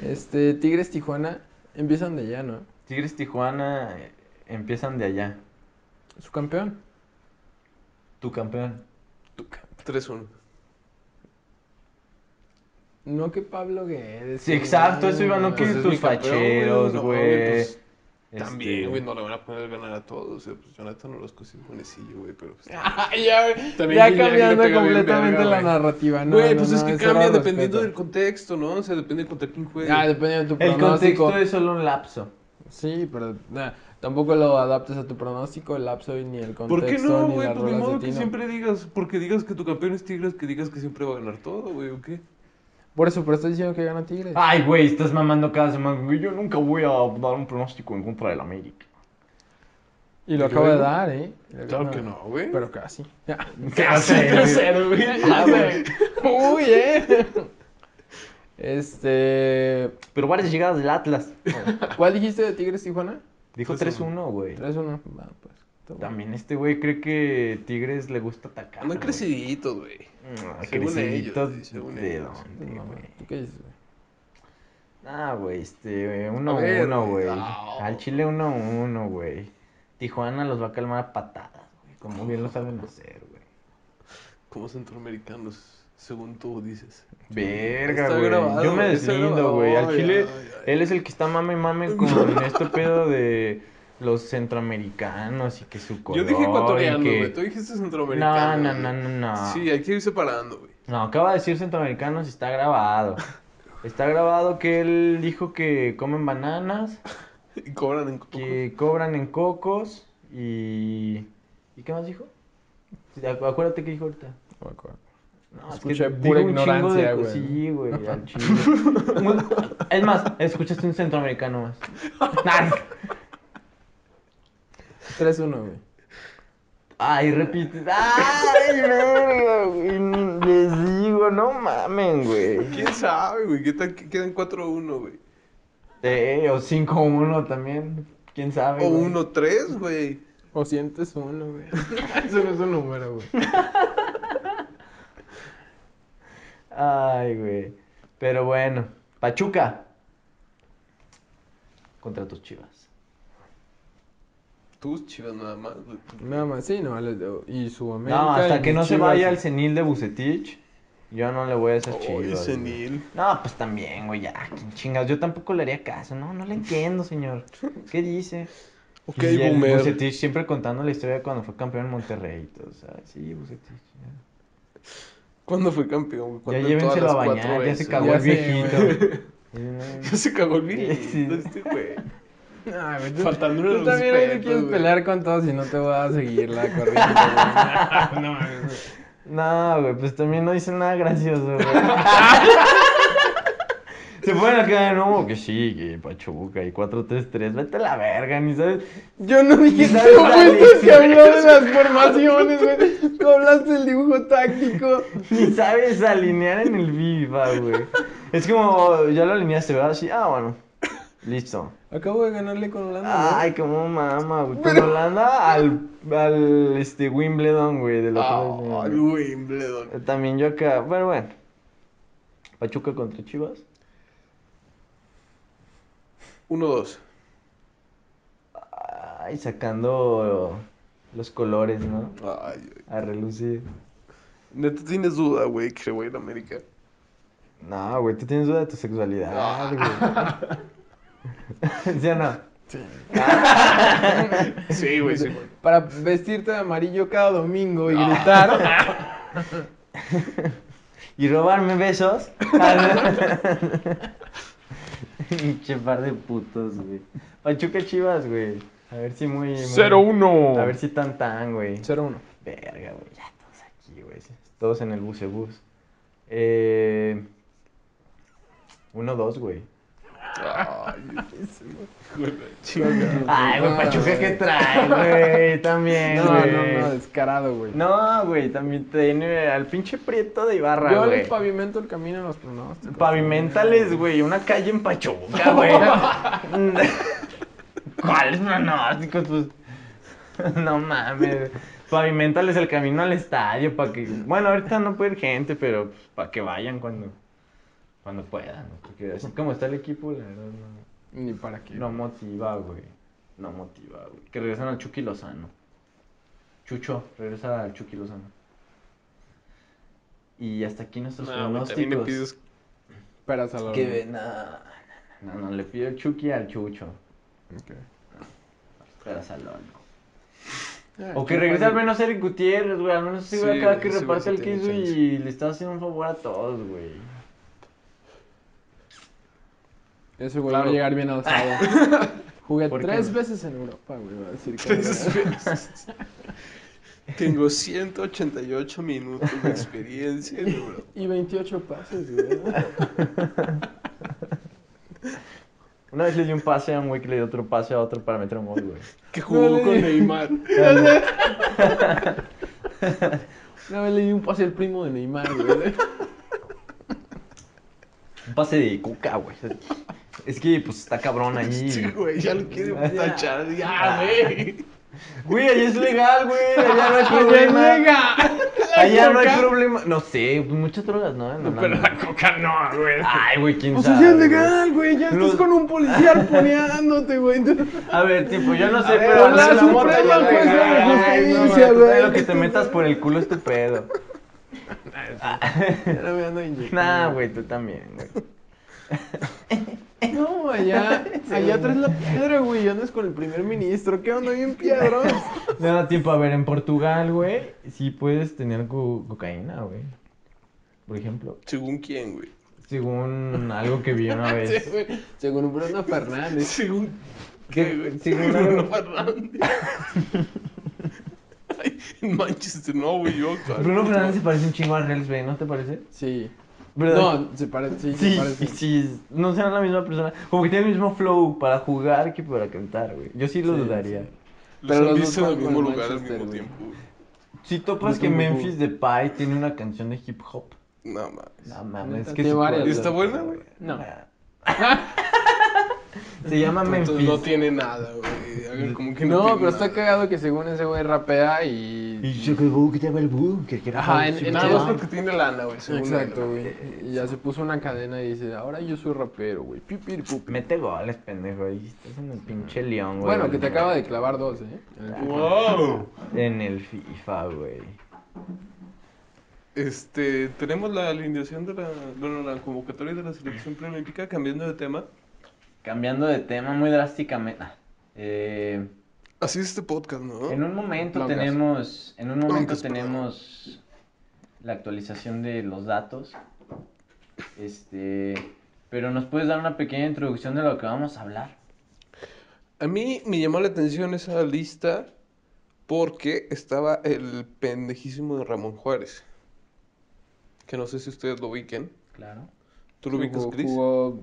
C: Este, Tigres Tijuana empiezan de allá, ¿no?
A: Tigres Tijuana eh, empiezan de allá.
C: Su campeón.
A: Tu campeón.
B: 3-1.
C: No que Pablo Guedes. Pues
A: Sí, exacto,
C: güey.
A: eso iba, no que
B: es
A: tus
B: mi campeón, güey,
A: facheros,
B: no,
A: güey.
B: pues,
A: Este,
B: También, güey, no le van a poder ganar a todos. eh, Pues Jonathan Orozco sí es buenecillo, güey, pero... pues,
C: Ah, ya,
B: También
C: ya
B: Guiñac le
C: cambiando
B: pega bien
C: completamente
B: verga,
C: la
B: güey.
C: narrativa, ¿no?
B: Güey,
C: no,
B: pues es
C: no,
B: que
C: es cero
B: cambia dependiendo del
C: respeto.
B: contexto, ¿no? O sea, depende contra quién juegue.
C: Ah, dependiendo de tu
A: El
C: pronóstico.
A: contexto es solo un lapso.
C: Sí, pero nah, tampoco lo adaptes a tu pronóstico, el lapso y ni el contexto.
B: ¿Por qué no,
C: ni
B: güey?
C: las
B: Pues ni
C: rolas de
B: modo que
C: Tino.
B: siempre digas, porque digas que tu campeón es Tigres, que digas que siempre va a ganar todo, güey, ¿o qué?
C: Por eso, pero estás diciendo que gana Tigres.
A: Ay, güey, estás mamando cada semana. güey, Yo nunca voy a dar un pronóstico en contra del América.
C: y lo
B: ¿y
C: acaba de
B: luego?
C: dar, ¿eh? Y lo
B: Claro
C: acaba-
B: que no, güey.
C: Pero casi.
A: Casi,
C: güey. Ah, güey. Uy, eh. Este.
A: Pero varias llegadas del Atlas.
C: ¿Cuál dijiste de Tigres, Tijuana?
A: Dijo 3-1, güey.
C: 3-1. Va, pues. está bueno.
A: También este güey cree que Tigres le gusta atacar. güey.
B: Andan creciditos, güey.
A: Ah,
B: Según ellos,
A: creciditos
B: sí, según
A: de
B: ellos.
A: dónde,
C: No,
A: güey.
C: güey. ¿Tú qué dices, güey?
A: Ah, güey, este, 1
B: A ver,
A: uno,
B: güey,
A: güey.
B: no.
A: Al Chile 1 uno, güey. Tijuana los va a calmar a patadas, güey. Como bien lo saben hacer, güey.
B: Como centroamericanos, según tú dices.
A: Verga,
B: Está
A: güey.
B: grabado,
A: Yo me
B: está
A: deslindo,
B: grabado.
A: güey. Al
B: Ay,
A: Chile,
B: ay, ay.
A: él es el que está mame y mame con este pedo de los centroamericanos y que su color.
B: Yo dije
A: y
B: ecuatoriano,
A: que-
B: güey. Tú dijiste
A: No,
B: centroamericano.
A: no,
B: güey.
A: no, no, no.
B: Sí, hay que ir separando, güey.
A: No, acaba de decir centroamericanos y está grabado. Está grabado que él dijo que comen bananas.
B: Y cobran en coco.
A: que cobran en cocos y... ¿Y qué más dijo? Sí, acu- Acuérdate que dijo ahorita.
C: No me acuerdo.
A: No, es
C: Escuché
A: que
C: pura
A: digo un chingo
C: ignorancia,
A: de co-
C: güey.
A: Sí, güey, al chile. Muy- Es más, escuchaste un centroamericano más. Nah.
C: 3-1, güey.
A: Ay, repite. Ay, verga, güey. no, Les digo, no mamen, güey.
B: ¿Quién sabe, güey? ¿Qué tal que quedan 4-1, güey?
A: Eh, o 5-1 también. ¿Quién sabe?
B: O
A: güey?
B: 1-3, güey.
C: O sientes uno, güey. Eso no es un número, güey.
A: Ay, güey. Pero bueno, Pachuca. Contra tus chivas.
B: Tus chivas nada más, güey.
C: Nada más, sí, no. le- Y su América.
A: No, hasta
C: y
A: que no se
C: Chivas.
A: vaya el senil de Bucetich, yo no le voy a esas
B: Oye,
A: chivas. güey.
B: senil.
A: No, pues también, güey, ya, quién chingas. Yo tampoco le haría caso, no, no le entiendo, señor. ¿Qué dice?
B: Ok,
A: Y el
B: boomer.
A: Bucetich siempre contando la historia de cuando fue campeón en Monterrey y todo, o sea, sí, Bucetich. ya.
B: ¿Cuándo fue campeón? güey?
A: Ya,
B: ¿Cuándo en todas
A: llévenselo a
B: las cuatro
A: bañar, ya se
B: veces?
A: cagó
C: Ya
A: el
C: sé,
A: viejito.
C: güey.
B: Ya
A: Sí,
B: se cagó el
A: Sí.
B: viejito este güey.
C: Ay, güey, tú,
B: Faltando
C: tú
B: el
C: también hoy te
B: respeto,
C: quieres
B: güey.
C: pelear con todos y no te voy a seguir la
B: Ah,
C: corriente, güey. No, güey.
A: No, güey, pues también no dice nada gracioso, güey. Se ponen acá de nuevo que sí, que Pachuca y 4-3-3, vete a la verga, ni sabes.
C: Yo no dije
A: Quizás
C: nada. Tú
A: la
C: fuiste el que
A: Alexis.
C: habló de las formaciones, güey. Tú hablaste del dibujo táctico.
A: Ni sabes alinear en el FIFA, güey. Es como, oh, ya lo alineaste, ¿verdad? Sí, ah, bueno. Listo.
C: Acabo de ganarle con Holanda.
A: Ay, cómo mama, güey. Con
C: Pero-
A: Holanda al, al este, Wimbledon, güey, de los
B: Ah, el Wimbledon.
A: También yo acá, bueno, bueno. Pachuca contra Chivas.
B: 1-2.
A: Ay, sacando los colores, ¿no?
B: Ay, güey.
A: A relucir.
B: Neta, tienes duda, güey, que voy a ir a América.
A: No, güey, tú tienes duda de tu sexualidad, güey. ¿Sí o no?
B: Sí, güey, sí, güey.
C: Para vestirte de amarillo cada domingo y gritar.
A: ¿Y robarme besos? Pinche par de putos, güey. Pachuca Chivas, güey. A ver si muy... muy- A ver
C: 0-1.
A: si tan tan, güey.
C: 0-1.
A: Verga, güey, ya todos aquí, güey. Todos en el bucebús. Eh... 1-2, güey.
B: Ay, güey. Chinga.
A: Ay, güey,
C: No,
A: Pachuca
C: güey.
A: que trae, güey, también,
C: No,
A: güey.
C: no, no, descarado, güey.
A: No, güey, también tiene al pinche Prieto de Ibarra,
C: Yo
A: güey.
C: les pavimento el camino a los pronósticos.
A: Pavimentales, güey, una calle en Pachuca, güey. ¿Cuáles pronósticos? Pues, no mames. Pavimentales el camino al estadio para que... Bueno, ahorita no puede ir gente, pero pues, para que vayan cuando, cuando puedan. ¿no? Porque así como está el equipo, la verdad, no...
C: Ni para qué.
A: No motiva, güey. No motiva, güey. Que regresan a Chucky Lozano. Chucho, regresa al Chucky Lozano. Y hasta aquí nuestros
B: No, Ah, güey, también le
A: pronósticos.
B: pides.
C: Para salvar.
A: Que na- no, no, le pido el Chucky al Chucho. Para Salón.
C: Ah,
A: O que regrese al menos Eric Gutiérrez, güey. Al menos ese güey
B: Sí,
A: acá
B: güey,
A: que
B: ese güey
A: reparte
B: sí
A: el
B: tiene
A: queso
B: chance.
A: y le está haciendo un favor a todos, güey.
C: Ese güey va
B: Claro.
C: a llegar bien avanzado. Jugué
A: ¿Por qué
C: tres
A: no?
C: veces en Europa, güey. Va a decir que-
B: Tres veces. Tengo 188 minutos de experiencia en Europa.
C: Y 28 pases, güey.
A: Una vez le di un pase a un güey que le dio otro pase a otro para meter un gol, güey.
B: Que jugó
C: No,
B: con
C: güey.
B: Neymar.
C: Una vez le di un pase al primo de Neymar, güey.
A: Un pase de cuca, güey. Es que, pues, está cabrón
B: Sí,
A: ahí.
B: güey, ya lo quiere
A: Ya.
B: tachar. Ya, Ah, güey.
A: Güey, ahí es legal, güey. Allá no hay
C: ¡Ya
A: problema.
C: llega!
A: Allá no hay
B: coca.
A: problema. No sé, pues, muchas drogas, ¿no? No, no,
B: Pero
A: no.
B: la coca no, güey.
A: Ay, güey, quién
C: O
A: sabe.
C: sea, ya es
A: güey.
C: legal, güey. Ya
A: Los-
C: estás con un policía arponeándote, güey.
A: A ver, tipo, yo no sé,
B: ver,
A: pero
B: la
A: la
B: Suprema
A: mota ya
B: Corte de
A: legal,
C: Justicia,
A: güey, no mames, tú
C: güey.
A: sabes Lo que te metas por el culo es tu pedo.
C: Ya no me ando inyectando.
A: Nah, güey, tú también, güey.
C: No, allá, allá traes la piedra, güey. Andas con el primer ministro. ¿Qué onda? Bien piedrón.
A: No, tipo, a ver, en Portugal, güey, sí puedes tener co- cocaína, güey. Por ejemplo,
B: Según quién, güey.
A: según algo que vi una
C: Sí,
A: vez.
C: güey. Según Bruno Fernández.
B: Según. ¿Qué, güey?
A: Según
B: Bruno
A: algo-
B: Fernández. Ay, en Manchester, no, güey, yo, claro.
A: Bruno Fernández se parece un chingo a Reels B, ¿no te parece?
C: Sí.
A: ¿Verdad?
C: No, se parece. Sí, se
A: Sí,
C: parece.
A: sí, sí, no sean la misma persona. Como que tiene el mismo flow para jugar que para cantar, güey. Yo sí lo
C: Sí,
A: dudaría.
C: sí.
B: Los
C: Pero
B: han
C: los
B: visto en
C: dos
B: el
C: juegan
B: mismo
C: con el
B: lugar al
C: Manchester,
B: mismo
C: güey.
B: tiempo, güey.
A: Si topas
C: Yo
A: que
C: tampoco.
A: Memphis Depay tiene una canción de hip hop.
B: No, mames.
A: No mames,
C: Neta,
A: es que
C: tiene
A: sí
C: varias.
A: puede.
B: ¿Está buena, güey?
C: No.
A: Ah. Se llama
B: Entonces
A: Memphis.
B: no tiene nada, güey. A ver, como que no.
C: No,
B: tiene
C: pero está
B: nada.
C: cagado que según ese güey rapea y.
A: Y yo que vos que te va el búnker, que era
C: Ajá,
A: para-
C: en-
A: sí,
C: en
A: para-
B: Nada más porque tiene lana, güey. según
C: Exacto,
B: él,
C: güey. eh, Y ya se puso una cadena y dice, ahora yo soy rapero, güey. Pipir, pupir.
A: Mete goles, pendejo. Ahí estás en el pinche león, güey.
C: Bueno, que te acaba de clavar dos, ¿eh?
B: Wow.
A: En el FIFA, güey.
B: Este, tenemos la alineación de la, bueno, la convocatoria de la selección preolímpica, cambiando de tema.
A: Cambiando de tema muy drásticamente. ah, eh,
B: Así es este podcast, ¿no?
A: en un momento
C: Blancas.
A: tenemos. En un momento
B: Blancas, perdón.
A: tenemos la actualización de los datos. Este. Pero nos puedes dar una pequeña introducción de lo que vamos a hablar.
B: A mí me llamó la atención esa lista porque estaba el pendejísimo de Ramón Juárez. Que no sé si ustedes lo ubiquen.
A: Claro.
B: ¿Tú lo ubicas,
C: Jugó-
B: Chris?
C: Jugó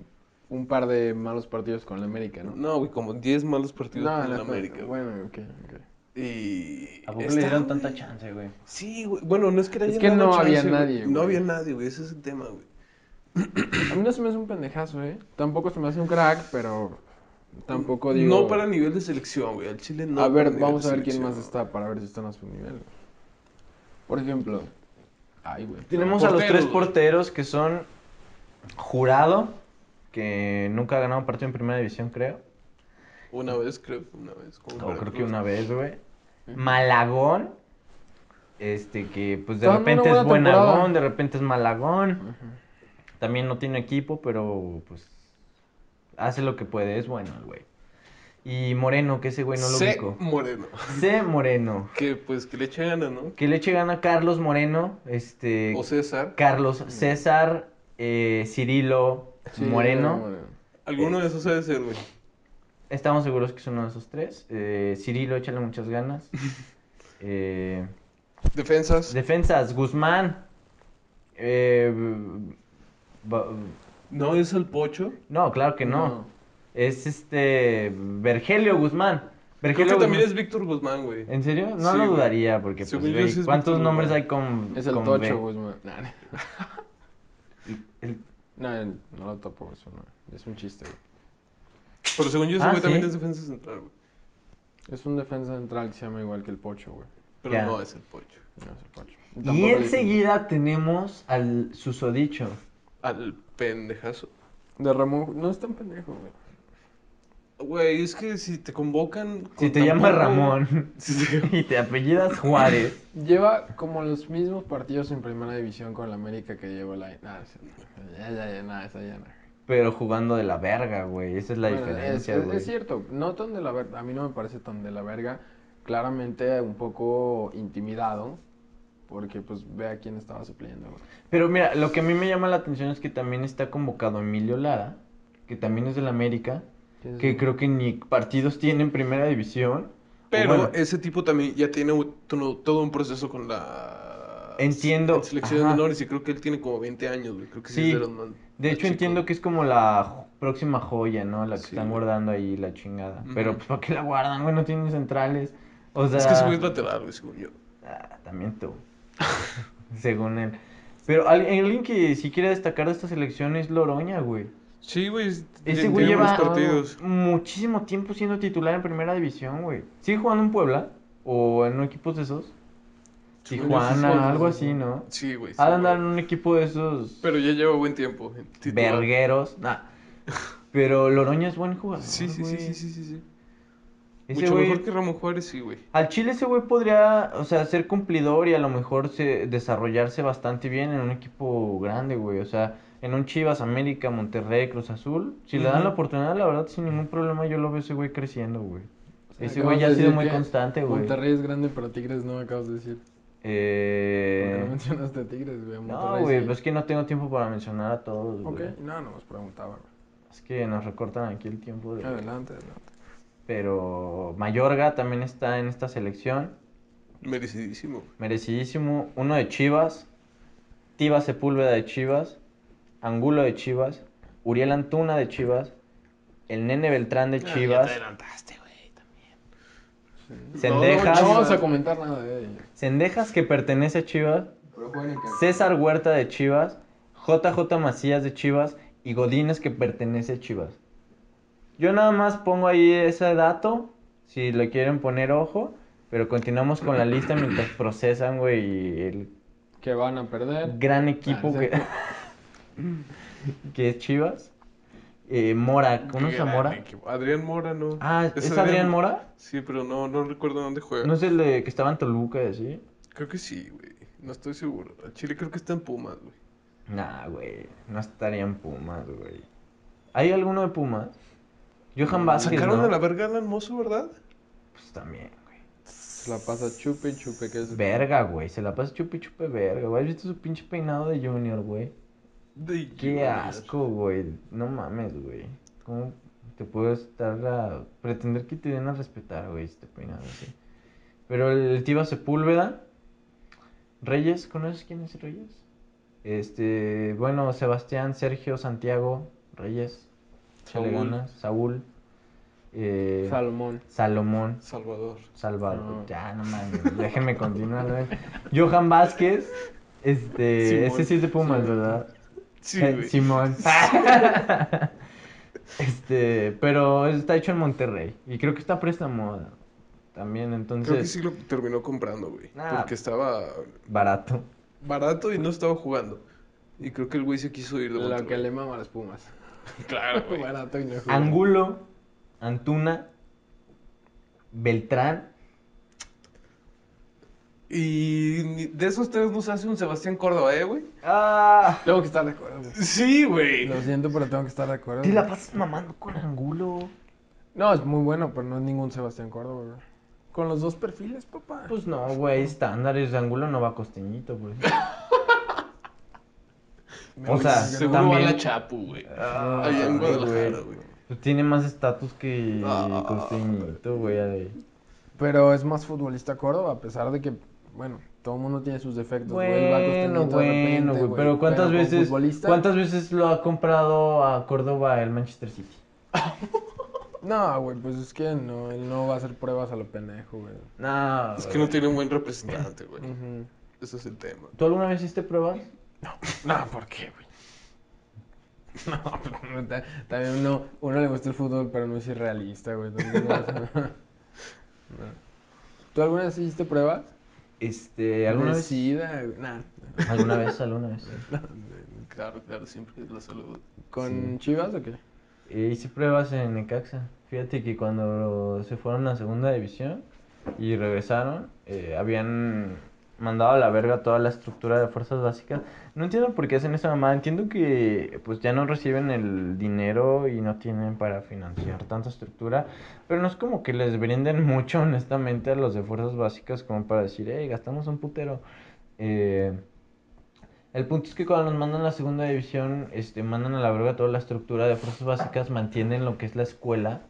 C: un par de malos partidos con la América, ¿no?
B: No, güey, como 10 malos partidos
C: No,
B: con
C: no,
B: la América. güey.
C: Bueno, ok, ok.
B: Y
A: ¿A poco le
B: estaba-
A: dieron tanta chance, güey?
B: Sí, güey. Bueno, no es que le
C: Es
B: hayan
C: que
B: dado
C: no había
B: chance, güey.
C: nadie,
B: No
C: güey.
B: había nadie, güey. Ese es el tema, güey.
C: A mí no se me hace un pendejazo, ¿eh? Tampoco se me hace un crack, pero tampoco digo...
B: No para nivel de selección, güey. Al Chile no.
C: a
B: para
C: ver,
B: nivel
C: vamos
B: de
C: a ver quién más
B: selección.
C: está para ver si están a su nivel. Por ejemplo... Ay, güey.
A: Tenemos a los
B: Porteros,
A: tres
B: güey.
A: porteros que son Jurado, que nunca ha ganado un partido en primera división, creo.
B: Una vez, creo. Una vez. con
A: O creo que
B: Veracruz.
A: una vez, güey.
C: Ujú.
A: Malagón, este que pues de
C: Está dando
A: repente
C: una
A: es
C: buena temporada.
A: Buenagón, de repente es Malagón. También no tiene equipo, pero pues hace lo que puede, es bueno el güey. Y Moreno, que ese güey no lo
B: C.
A: ubico.
B: Moreno.
A: C. Moreno.
B: Que pues que le eche ganas, ¿no?
A: Que le eche gana Carlos Moreno, este...
B: O César.
A: Carlos César, eh, Cirilo,
C: Sí,
A: Moreno.
B: Alguno de esos debe ser, güey.
A: Estamos seguros que es uno de esos tres. Eh, Cirilo, échale muchas ganas. Eh,
B: Defensas.
A: defensas, Guzmán. Eh, ba-
B: No es el Pocho.
A: no, claro que no. Es este. Vergelio Guzmán.
B: Creo
A: Vergelio
B: que también es
A: Guzmán.
B: Víctor Guzmán, güey.
A: ¿En serio? No
B: Sí,
A: lo
B: güey.
A: dudaría, porque pues,
B: Según yo
A: güey,
B: sí es
A: ¿cuántos
B: Víctor
A: nombres
B: Guzmán.
A: hay con.
C: Es el
A: con B?
C: tocho, Guzmán. Nah, nah.
A: El-
C: No, el- no lo topo, eso no. Es un chiste, güey.
B: Pero según yo, ese
A: Ah,
B: güey también
A: ¿sí?
B: es defensa central, güey.
C: Es un defensa central que se llama igual que el Pocho, güey.
B: Pero
A: Ya.
B: no es el Pocho.
C: No es el Pocho.
A: Y
C: Tampoco-
A: enseguida tenemos al susodicho.
B: Al pendejazo.
C: De Ramón. No es tan pendejo, güey.
B: Güey, es que si te convocan. con
A: Si te llamas
B: tambor, güey,
A: Ramón
B: si te-
A: y te apellidas Juárez,
C: Lleva como los mismos partidos en primera división con la América que lleva la. Nah, esa- ya, ya, ya, nah, esa ya no.
A: pero jugando de la verga, güey. Esa es la
C: Bueno, Ah, es-
A: diferencia,
C: es,
A: güey.
C: es cierto, no tan de la verga, a mí no me parece tan de la verga, claramente un poco intimidado, porque pues ve a quién estaba supliendo. güey.
A: Pero mira, lo que a mí me llama la atención es que también está convocado Emilio Lara, que también es del América,
C: ¿Quién es
A: que
C: ese?
A: creo que ni partidos tiene en primera división. O
B: Pero
A: bueno,
B: ese tipo también ya tiene un- todo, todo un proceso con la
A: Entiendo,
B: selección de
A: ajá.
B: menores y creo que él tiene como 20 años, güey. Creo que sí,
A: Sí,
B: es de los más,
A: de
B: más
A: hecho entiendo
B: chicos.
A: que es como la jo- próxima joya, ¿no? La que
B: Sí,
A: están
B: güey.
A: guardando ahí, la chingada. Pero
B: Ujú.
A: pues ¿para qué la guardan, güey? No tienen centrales. O sea...
B: Es que ese güey es lateral, güey, según yo.
A: Ah, también tú. Según él. Pero al- alguien que sí quiere destacar de esta selección es Loroña, güey.
B: Sí, güey. es-
A: Ese
B: tiene
A: güey
B: buenos
A: lleva
B: partidos.
A: muchísimo tiempo siendo titular en primera división, güey. ¿Sigue jugando en Puebla? ¿O en equipos de esos?
B: Según yo, sí
A: Tijuana,
B: juega.
A: algo así, ¿no?
B: Sí, güey. sí,
A: Ha de andar en
B: güey.
A: un equipo de esos
B: Pero ya lleva buen tiempo. en titular.
A: vergueros. Nah. Pero Loroña es buen jugador.
B: Sí, sí, sí,
A: güey.
B: sí, sí, sí, sí.
A: Ese
B: Mucho
A: güey-
B: mejor que Ramón Juárez, sí, güey.
A: Al Chile ese güey podría, o sea, ser cumplidor y a lo mejor se, desarrollarse bastante bien en un equipo grande, güey. O sea, en un Chivas, América, Monterrey, Cruz Azul. Si le dan la
B: Ujú.
A: oportunidad, la verdad, sin ningún problema, yo lo veo ese güey creciendo, güey.
C: O sea,
A: ese
C: acabas
A: güey ya
C: de
A: ha sido
C: decir
A: muy
C: que
A: constante, güey.
C: Monterrey es grande, pero Tigres no acabas de decir. Porque no
A: Eh...
C: mencionaste a Tigres, güey. a
A: No,
C: Monterrey
A: güey,
C: sí.
A: pues es que pues, no tengo tiempo para mencionar a todos,
C: Ok,
A: güey.
C: no, no, os preguntaba. güey.
A: Es que nos recortan aquí el tiempo de...
C: Adelante, adelante.
A: Pero Mayorga también está en esta selección.
B: Merecidísimo. güey.
A: Merecidísimo. Uno de Chivas. Tiba Sepúlveda de Chivas. Angulo de Chivas. Uriel Antuna de Chivas. El Nene Beltrán de
B: Ah, ya
A: Chivas.
B: te adelantaste, güey. también.
C: Sí.
A: Cendejas.
C: No vamos
B: Chivas.
C: a comentar nada de ello.
A: Cendejas que pertenece a Chivas.
C: Pero juegan en casa.
A: César Huerta de Chivas. JJ Macías de Chivas. Y Godínez que pertenece a Chivas. Yo nada más pongo ahí ese dato. Si le quieren poner ojo. Pero continuamos con la lista mientras procesan, güey, el
C: Que van a perder.
A: gran equipo
C: Ah,
A: que, que es Chivas. Eh, Mora, ¿conoces a
B: Gran
A: Mora?
B: equipo. Adrián Mora, no.
A: Ah, ¿es Adrián Mora?
B: Sí, pero no, no recuerdo dónde juega.
A: ¿No es el de que estaba en Toluca y así?
B: Creo que sí, güey. No estoy seguro. Al Chile creo que está en Pumas, güey.
A: Nah, güey, no estaría en Pumas, güey. ¿Hay alguno de Pumas? Johan Vázquez,
B: Sacaron
A: ¿no?
B: a la verga al hermoso, ¿verdad?
A: Pues también, güey.
C: Se la pasa chupe y chupe que es.
A: Verga, güey, se la pasa chupi chupe verga, güey. ¿Has visto su pinche peinado de Junior, güey?
B: De
A: Qué
B: Junior.
A: asco, güey. No mames, güey. ¿Cómo te puedo estar a pretender que te den a respetar, güey, este peinado así? Pero el Tiba Sepúlveda, Reyes, ¿conoces quién es Reyes? Este, bueno, Sebastián, Sergio, Santiago, Reyes, Saúl,
B: Saúl.
A: Saúl, eh,
C: Salomón.
A: Salomón.
B: Salvador.
A: Salvador.
C: No.
A: Ya, no mames. Déjenme continuar. güey. Johan Vázquez. Este.
B: Simón.
A: Ese sí es de Pumas, ¿verdad?
B: Sí,
A: Eh,
B: güey.
A: Simón. este. Pero está hecho en Monterrey. Y creo que está a préstamo también.
B: Creo que
A: Entonces.
B: sí lo terminó comprando, güey.
A: Ah.
B: Porque estaba
A: Barato.
B: barato y no estaba jugando. Y creo que el güey se quiso ir de
C: Lo que
B: Monterrey.
C: le mama a las pumas.
B: Claro, güey.
C: Barato y no juega.
A: Angulo. Antuna. Beltrán.
B: Y ni- de esos tres nos hace un Sebastián Córdoba, ¿eh, güey?
A: ¡Ah!
C: Tengo que estar de acuerdo. güey.
B: Sí, güey.
C: Lo siento, pero tengo que estar de acuerdo.
A: Te la pasas mamando con Angulo.
C: No, es muy bueno, pero no es ningún Sebastián Córdoba, güey. Con los dos perfiles, papá.
A: Pues no, güey. Estándares. Angulo no va a costeñito, güey.
C: Me
A: o
C: voy
A: sea,
C: a-
B: Seguro
A: también-
B: va la Chapu, güey.
A: Ah,
B: Allá en
A: sí,
B: Guadalajara,
A: güey.
B: güey.
A: Pues Tiene más estatus que
B: Ah.
A: Costeñito, güey. ahí.
C: Pero es más futbolista Córdoba, a pesar de que, bueno, todo el mundo tiene sus defectos. güey, el Vasco está
A: Bueno,
C: lento de repente,
A: bueno, güey. Pero ¿cuántas
C: como
A: veces
C: futbolista-
A: cuántas veces lo ha comprado a Córdoba el Manchester City?
C: No, güey, pues es que no, él no va a hacer pruebas a lo pendejo, güey.
A: No,
B: Es que no tiene un buen representante, güey.
A: Mm.
C: Ujú.
B: Ese es el tema.
A: ¿Tú alguna vez hiciste pruebas?
C: No, ¿por qué, güey? No, pero ta- también uno, uno le gusta el fútbol, pero no es irrealista, güey. también no, o sea, no. ¿Tú alguna vez hiciste pruebas?
A: Este, alguna
C: De
A: vez
C: SIDA, güey, nah.
A: alguna vez, alguna vez.
B: Claro, claro, siempre es la salud.
C: ¿Con Chivas o qué?
A: hice pruebas en Necaxa. Fíjate que cuando se fueron a segunda división y regresaron, eh, habían mandado a la verga toda la estructura de fuerzas básicas. No entiendo por qué hacen esa mamada. Entiendo que pues ya no reciben el dinero y no tienen para financiar tanta estructura. Pero no es como que les brinden mucho, honestamente, a los de fuerzas básicas como para decir, hey, gastamos un putero. Eh, el punto es que cuando nos mandan a la segunda división, este, mandan a la verga toda la estructura de fuerzas básicas, mantienen lo que es la escuela,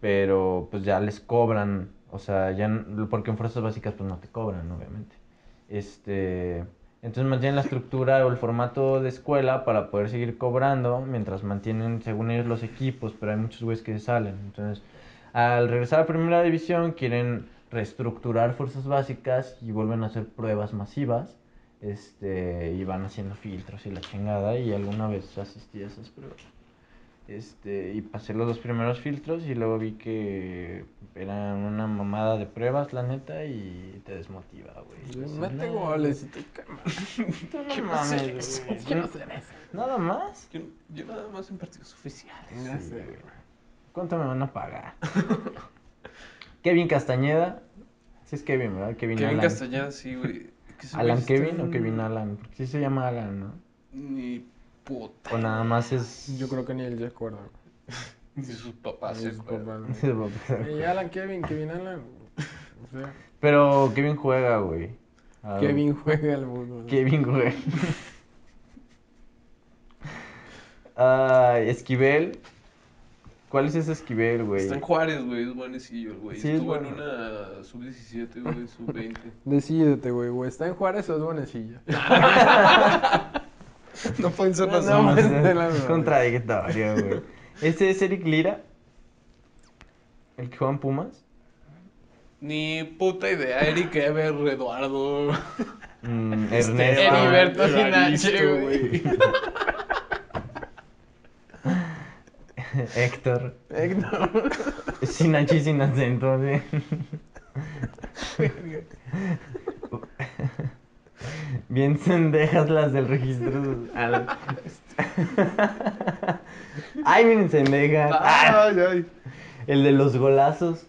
A: pero pues ya les cobran, o sea, ya n- porque en fuerzas básicas pues no te cobran, obviamente. Este, entonces mantienen la estructura o el formato de escuela para poder seguir cobrando, mientras mantienen, según ellos, los equipos, pero hay muchos güeyes que se salen. Entonces, al regresar a primera división, quieren reestructurar fuerzas básicas y vuelven a hacer pruebas masivas este, y van haciendo filtros y la chingada, y alguna vez asistí a esas pruebas. Este, y pasé los dos primeros filtros y luego vi que eran una mamada de pruebas, la neta, y te desmotiva, güey. Dices,
C: Pues Mete
A: "No,
C: goles y te quema.
A: no mames, güey".
C: Quiero hacer eso.
A: Nada más.
B: Yo, yo nada más en partidos oficiales.
C: Ya
A: Sí,
C: sé,
A: güey.
C: güey.
A: ¿Cuánto me van a pagar? Kevin Castañeda. Sí es Kevin, ¿verdad? Kevin,
B: Kevin
A: Alan.
B: Castañeda, sí, güey. Que ese güey
A: ¿Alan
B: está
A: Kevin o
B: en-
A: Kevin Alan? Porque sí se llama Alan, ¿no?
B: Ni puta.
A: O nada más es...
C: Yo creo que ni él se acuerda. güey.
B: Ni sus
A: Ah,
B: papás.
C: Ni
B: se
C: sus
B: acuerdan.
C: papás, güey.
A: que...
C: Y Alan Kevin, Kevin Alan. O sea,
A: Pero Kevin juega, güey. A ver.
C: Kevin juega al fútbol.
A: Kevin juega. Ay, Ah, Esquivel. ¿Cuál es ese Esquivel, güey?
B: Está en Juárez, güey. Es buenecillo el güey.
A: Sí, es
B: Estuvo en
A: bueno.
B: una sub-17, güey, sub-20.
C: Decídete, güey. O está en Juárez o es Buenecilla.
B: no pueden ser
C: las
A: No,
C: No,
A: es
C: de la verdad.
A: contradictorio, güey. Este es Eric Lira. El que juega en Pumas.
B: Ni puta idea. Eric Ever, Eduardo.
A: Mm,
C: Este Heriberto.
A: Ernesto.
B: Evaristo,
C: Sinache,
A: Héctor.
C: Héctor.
A: Sin H y sin acento, güey. Bien sendejas las del registro. social. Ah, no. Ay, miren, sendejas. Ah,
B: Ay, ay.
A: el de los golazos.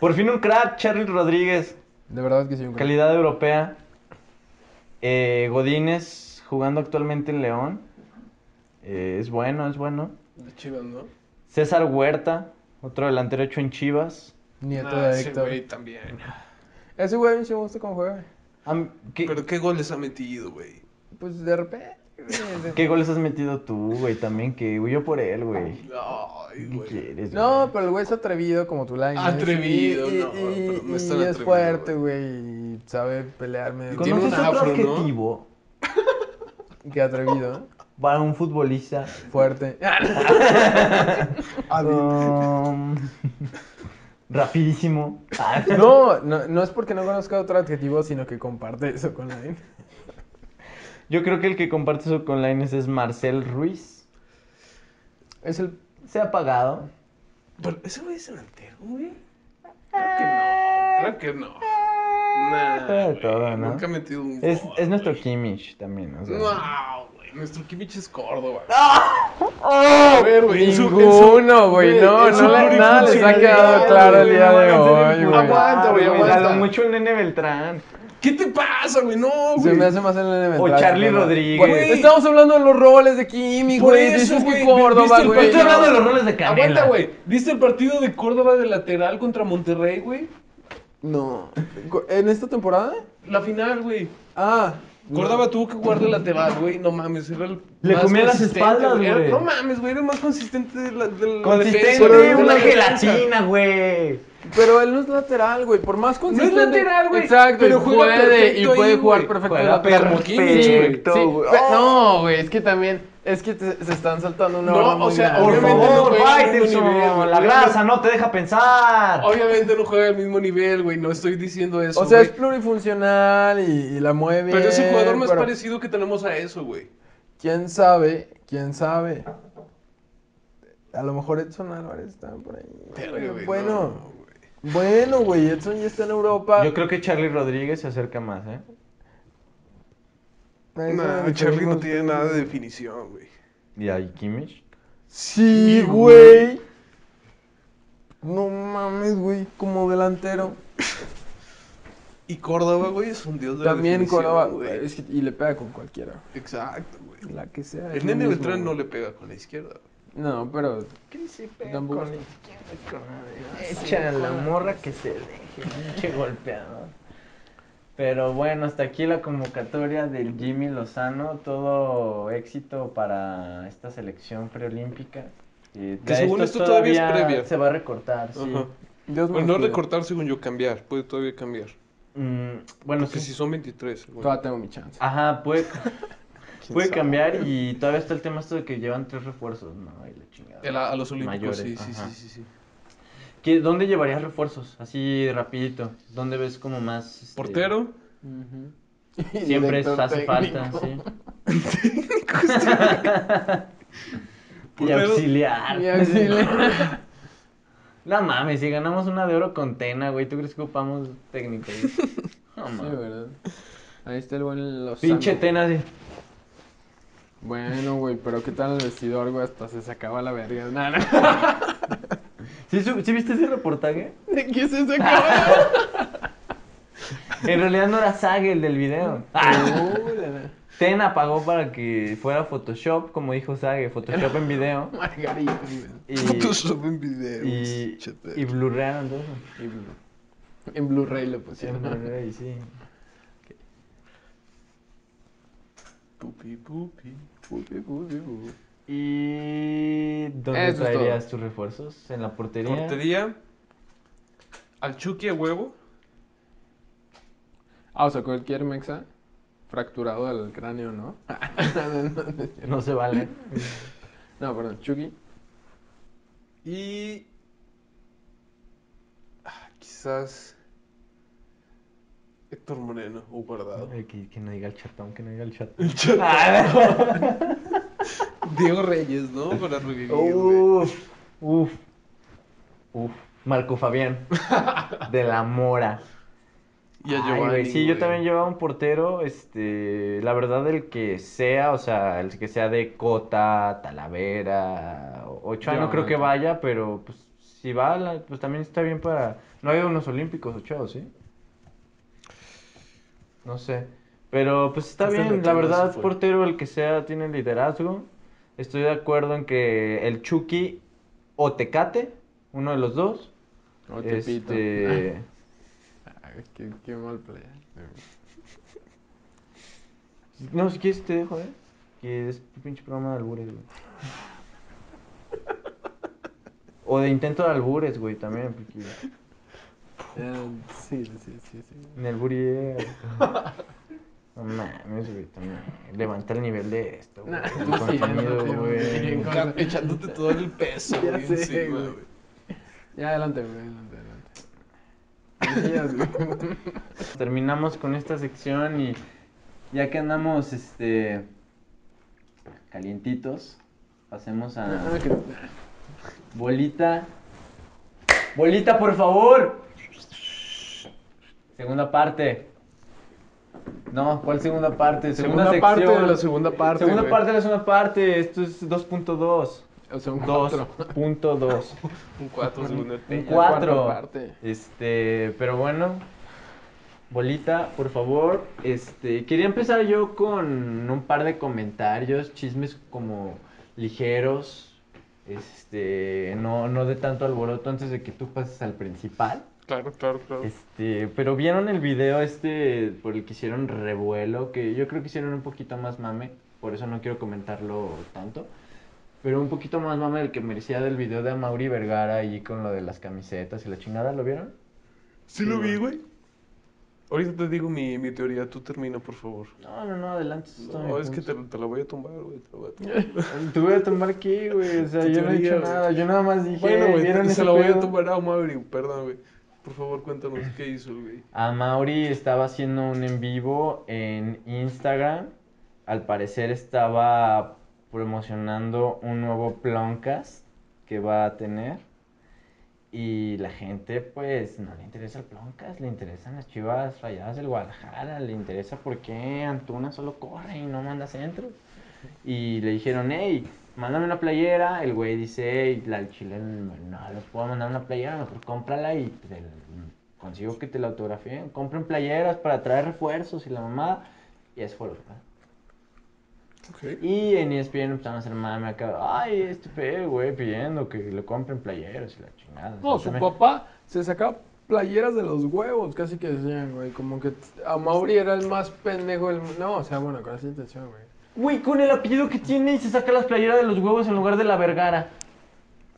A: Por fin un crack, Charlie Rodríguez.
C: De verdad que sí, un
A: Calidad europea. Eh, Godínez jugando actualmente en León. Eh, es bueno, es bueno.
B: De Chivas, ¿no?
A: César Huerta, otro delantero hecho en Chivas.
C: Nieto
B: Ah,
C: de
B: ese
C: Héctor.
B: güey también.
C: Ese güey a mí sí me gusta cómo juega.
A: Am- ¿Qué,
B: Pero qué goles ha metido, güey.
C: Pues de repente. güey, de-
A: qué goles has metido tú, güey? También que huyó por él, güey.
B: Ay,
A: ¿Qué
B: güey.
A: quieres,
C: No,
A: güey?
C: pero el güey es atrevido como tú la
B: Atrevido,
C: y,
B: no, pero no es tan
C: y es
B: atrevido,
C: fuerte,
B: güey.
C: güey. Y sabe pelearme.
B: Y tiene
A: ¿Conoces
B: un
A: otro
B: afro, ¿no?
A: adjetivo
C: Qué atrevido, ¿eh?
A: para un futbolista?
C: Fuerte.
B: Ah,
A: Um, rapidísimo. Ah,
C: No, no, no es porque no conozca otro adjetivo, sino que comparte eso con la N.
A: Yo creo que el que comparte eso con Lines es Marcel Ruiz.
C: Es el.
A: Se ha apagado.
B: Pero ese güey es delantero, güey. Claro que no, claro que no. Nah,
A: Todo de
B: güey,
A: todo, ¿no?
B: Nunca ha metido un
A: Es,
B: gol,
A: es nuestro
B: güey.
A: Kimmich también, o sea.
B: No, güey. Nuestro Kimmich es Córdoba.
A: ¡Ah!
B: A ver, güey. en su- en su-
C: Ninguno, güey.
B: güey,
C: No,
B: en su
C: no, le- nada les ha
B: plurifuncionalidad,
C: quedado claro el
B: güey,
C: día
B: no
C: de
B: mames,
C: hoy,
B: eres
C: güey.
B: guapa. Aguanta, güey,
A: A lo
B: aguanta.
A: mucho un Nene Beltrán.
B: ¿Qué te pasa, güey? No,
C: Se
B: güey.
C: me hace más en el
A: O Charlie Rodríguez.
B: Güey.
C: Estamos hablando de los roles de Kimi,
B: Por
C: güey.
B: eso,
C: Dices
B: güey,
C: que Córdoba,
B: ¿viste el
A: No
C: güey.
A: estoy
B: partido?
A: hablando de los roles de Canela.
B: Aguanta, güey. ¿Viste el partido de Córdoba de lateral contra Monterrey, güey?
C: No. ¿En esta temporada?
B: La final, güey.
C: Ah.
B: Córdoba tuvo que jugar de lateral, güey. No mames, era el.
A: Le
B: más
A: comía las
B: consistente,
A: espaldas,
B: Era-
A: güey.
B: No maey, güey, era el más consistente de la, de la defensa, güey,
A: Consistente,
B: de la
A: una
B: defensa.
A: gelatina, güey.
C: Pero él no es lateral, güey. Por más
B: No es
C: consistente.
B: lateral, güey.
C: Exacto.
B: pero
C: y
B: juega
C: puede, y
B: perfecto
C: puede
B: ahí,
C: jugar
B: güey.
C: perfecto.
A: Juega
C: de lateral.
B: perfecto, güey.
C: Sí,
A: güey.
C: pe-
A: Oh.
C: No, güey. Es que también. Es que te- se están saltando una
B: No,
C: hora
B: o
C: muy
B: sea,
C: grande.
A: Por
B: Obviamente no
A: favor,
B: juega al mismo
A: Faitelson,
B: nivel,
A: la
B: güey.
A: grasa no te deja pensar.
B: Obviamente no juega al mismo nivel, güey. No estoy diciendo eso.
C: O sea, es
B: güey.
C: plurifuncional y, y la mueve.
B: Pero es el jugador más
C: pero
B: parecido que tenemos a eso, güey.
C: ¿Quién sabe? ¿Quién sabe? A lo mejor Edson Álvarez está por ahí.
B: Verga, güey,
C: bueno,
B: no, güey.
C: bueno, güey. Edson ya está en Europa.
A: Yo creo que Charlie Rodríguez se acerca más, ¿eh?
C: Nadie
B: Nah,
C: sabe,
B: Charlie no
C: seguimos.
B: tiene nada de definición, güey.
A: ¿Y ahí Kimmich?
C: Sí, güey. No mames, güey, como delantero.
B: Y Córdoba, güey, es un dios de la
C: También
B: definición,
C: Córdoba,
B: güey.
C: es que- y le pega con cualquiera,
B: Exacto, güey.
C: la que sea. es
B: El
C: lo
B: nene
C: mismo,
B: Beltrán no
C: güey.
B: le pega con la izquierda. güey.
C: No, pero Tampoco.
A: Con la izquierda, con la derecha, a la morra que se deje, pinche golpeador. Pero bueno, hasta aquí la convocatoria del Jimmy Lozano. Todo éxito para esta selección preolímpica. Eh,
B: Que
A: ya
B: según esto todavía es previa.
A: Se va a recortar, sí.
B: Ajá.
C: Dios me
B: Bueno, no
C: lo cuide.
B: recortar según yo, cambiar. Puede todavía cambiar.
A: Mm, bueno,
B: Porque
A: sí.
B: si son 23, güey.
C: Todavía tengo mi chance.
A: Ajá, puede,
B: ¿Quién
A: puede
B: sabe?
A: cambiar y todavía está el tema esto de que llevan tres refuerzos, ¿no? Ay, la chingada.
B: El- a los
A: Mayores,
B: olímpicos, sí, sí,
A: ajá.
B: sí, sí, sí.
A: ¿Qué- ¿Dónde llevarías refuerzos? Así rapidito. ¿Dónde ves como más... este,
B: Portero,
C: Ujú. Y
A: Siempre
C: director
A: hace falta,
C: técnico.
A: sí. y
B: Portero.
A: auxiliar.
C: Y auxiliar.
A: No mames, si ganamos una de oro con Tena, güey, ¿tú crees que ocupamos técnico? güey? No
C: Sí,
A: mames.
C: verdad. Ahí está el buen Lozano.
A: Pinche Tena, sí.
C: Bueno, güey, pero ¿qué tal el vestidor, güey? Hasta se sacaba la verga. Nah, nah.
A: ¿Sí, su- sí viste ese reportaje?
C: ¿De qué se sacaba?
A: En realidad no era Sage el del video. Ah, Tena pagó para que fuera Photoshop, como dijo Sage, Photoshop en video.
C: Margarita.
A: Y,
B: Photoshop en videos.
A: y,
B: chete.
A: y blurrearon todo eso.
C: Y Blu- En Blu-ray lo pusieron.
A: Sí, sí.
B: Pupi, pupi.
C: Pupi, pupi, pupi.
A: ¿Y dónde
C: Eso es
A: traerías tus refuerzos? ¿En la portería?
B: Portería. Al Chucky a huevo.
C: Ah, o sea, cualquier mexa fracturado del cráneo, ¿no?
A: No se vale.
C: no, perdón, Chucky.
B: Y. ah, Quizás. Héctor Moreno o guardado.
A: Ay, Eh, Que, que no diga el chatón, que no diga el chatón.
B: El Chato.
A: Ah,
B: Diego Reyes, ¿no? Para revivir.
A: Oh.
B: güey.
A: uf, uf, uf. Marco Fabián. De la Mora.
B: Y a
A: Ay,
B: Giovanni.
A: güey, sí, yo
B: güey.
A: también llevaba un portero, este, la verdad el que sea, o sea, el que sea de Cota, Talavera, o- Ochoa no creo que
C: Giovanni.
A: vaya, pero pues si va, la- pues también está bien para... No ha habido unos olímpicos, Ochoa, ¿sí? No sé, pero pues está
B: Este
A: bien,
B: lo
A: la
B: que no se
A: verdad,
B: fue.
A: portero el que sea tiene liderazgo, estoy de acuerdo en que el Chucky o Tecate, uno de los dos,
C: O Oh, Tepito.
A: este...
C: Ay, qué, qué mal playa.
A: No, si quieres te dejo, ¿eh? Que es un pinche programa de albures, güey. O de intento de albures, güey, también, porque...
C: Eh, sí, sí, sí, sí.
A: En el burier. No mames, güey, también. Levanta el nivel de esto, güey.
C: Nah,
A: el
C: tú sí,
A: contenido,
C: no te
A: güey.
C: güey.
B: Ca- Echándote todo el peso,
C: Ya
B: güey,
C: sé,
B: encima,
C: güey.
B: güey.
C: Ya, adelante, güey, adelante, adelante. Decías, güey.
A: Terminamos con esta sección y ya que andamos, este... Calientitos, pasemos a...
C: Ah, que-
A: Bolita. Bolita, por favor. Segunda parte. No, ¿cuál segunda parte?
C: Segunda, parte de
A: sección.
C: la segunda parte.
A: Segunda
C: güey.
A: parte de la segunda parte. Esto es 2.2.
C: O sea, un cuatro.
A: 2.2.
B: Un 4 segundo
A: Un
B: Peña.
C: cuatro.
A: cuatro.
C: parte.
A: Este, pero bueno. Bolita, por favor. Este, quería empezar yo con un par de comentarios, chismes como ligeros. Este, no, no de tanto alboroto antes de que tú pases al principal.
B: Claro, claro, claro.
A: Este, pero vieron el video este por el que hicieron revuelo, que yo creo que hicieron un poquito más mame, por eso no quiero comentarlo tanto. Pero un poquito más mame del que merecía del video de Amaury Vergara ahí con lo de las camisetas y la chingada, ¿lo vieron?
B: Sí lo vi, güey. Ahorita te digo mi, mi teoría, tú termina, por favor.
A: No, no, no, adelante. eso es todo mi
B: No, es que
A: punto.
B: te, te la voy a tumbar, güey. Te la voy a tumbar.
A: Te voy a tomar aquí, güey. O sea,
B: Tu
A: yo no he
B: teoría,
A: dicho
B: güey.
A: nada. Yo nada más dije,
B: Bueno,
A: ¿vieron
B: güey,
A: ese
B: se la voy a
A: pedo?
B: tumbar a Maverick, perdón, güey. Por favor, cuéntanos qué hizo, güey.
A: A Mauri estaba haciendo un en vivo en Instagram. Al parecer estaba promocionando un nuevo Ploncast que va a tener. Y la gente, pues, no le interesa el Ploncast, le interesan las chivas rayadas del Guadalajara, le interesa por qué Antuna solo corre y no manda centros. Y le dijeron, hey, mándame una playera. El güey dice, "Ey, la del chile no les puedo mandar una playera, mejor cómprala y te la- consigo que te la autografíen. Compren playeras para traer refuerzos y la mamá. Y eso fue lo que pasó.
B: Ok.
A: Y en E ESPN empezaron a hacer mame acá. Ay, este pedo, güey, pidiendo que le compren playeras y la chingada.
C: No,
A: O sea,
C: su
A: me-
C: papá se sacaba playeras de los huevos, casi que decían, güey. Como que a Mauri era el más pendejo del mundo. No, o sea, bueno, con esa intención, güey.
A: Güey, con el apellido que tiene y se saca las playeras de los huevos en lugar de la vergara.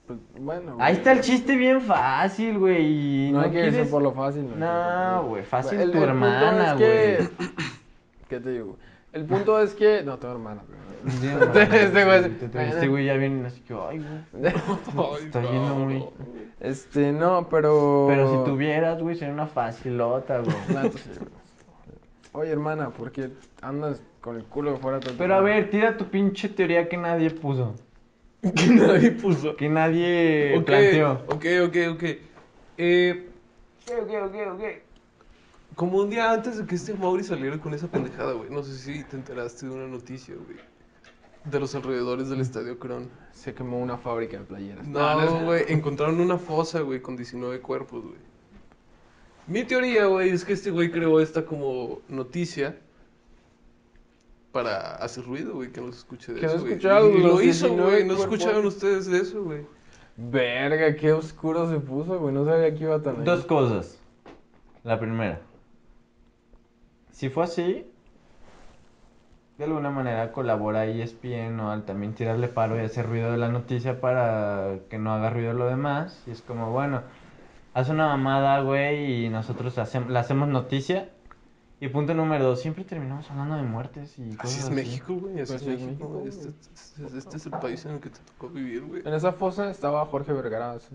C: Pues, bueno, güey.
A: Ahí está el chiste bien fácil, güey. y
C: No, hay que irse
A: quieres-
C: por lo fácil.
A: No, güey, fácil
C: El-
A: tu
C: el punto
A: hermana,
C: es
A: güey.
C: que- ¿Qué te digo? El punto es que... No, tu hermana, güey.
A: Este
C: güey-
A: güey. Este güey ya viene así que, ay, güey. Está lleno, güey.
C: Este, no, pero...
A: Pero si tuvieras, güey, sería una facilota, güey.
C: La neta sí, güey. Oye, hermana, ¿por qué andas con el culo fuera todo el
A: Pero a
C: tiempo?
A: ver, tira tu pinche teoría que nadie puso.
B: Que nadie puso.
A: Que nadie
B: Ok,
A: planteó.
B: ok, ok, ok. Eh,
A: Ok, ok, ok.
B: como un día antes de que este Mauri saliera con esa pendejada, güey. No sé si te enteraste de una noticia, güey. De los alrededores del Estadio Cron.
C: Se quemó una fábrica de playeras.
B: No, güey. Encontraron una fosa, güey, con 19 cuerpos, güey. Mi teoría, güey, es que este güey creó esta como noticia para hacer ruido, güey, que no se escuche de
C: Que no
B: eso, güey.
C: escucharon
B: Y, y lo
C: los
B: hizo,
C: 19
B: güey. No
C: cuerpos.
B: escucharon ustedes de eso, güey.
C: Verga, qué oscuro se puso, güey. No sabía que iba tan ahí.
A: Dos cosas. La primera. Si fue así, de alguna manera colabora E ESPN o al también tirarle paro y hacer ruido de la noticia para que no haga ruido lo demás. Y es como, bueno, haz una mamada, güey, y nosotros hacem- la hacemos noticia. Y punto número dos, siempre terminamos hablando de muertes y cosas
B: Así es
A: así.
B: México, güey. Así es
C: Así es
B: México.
C: México,
B: güey. Este, este- este es el país en el que te tocó vivir, güey.
C: En esa fosa estaba Jorge Vergara. ¿sí?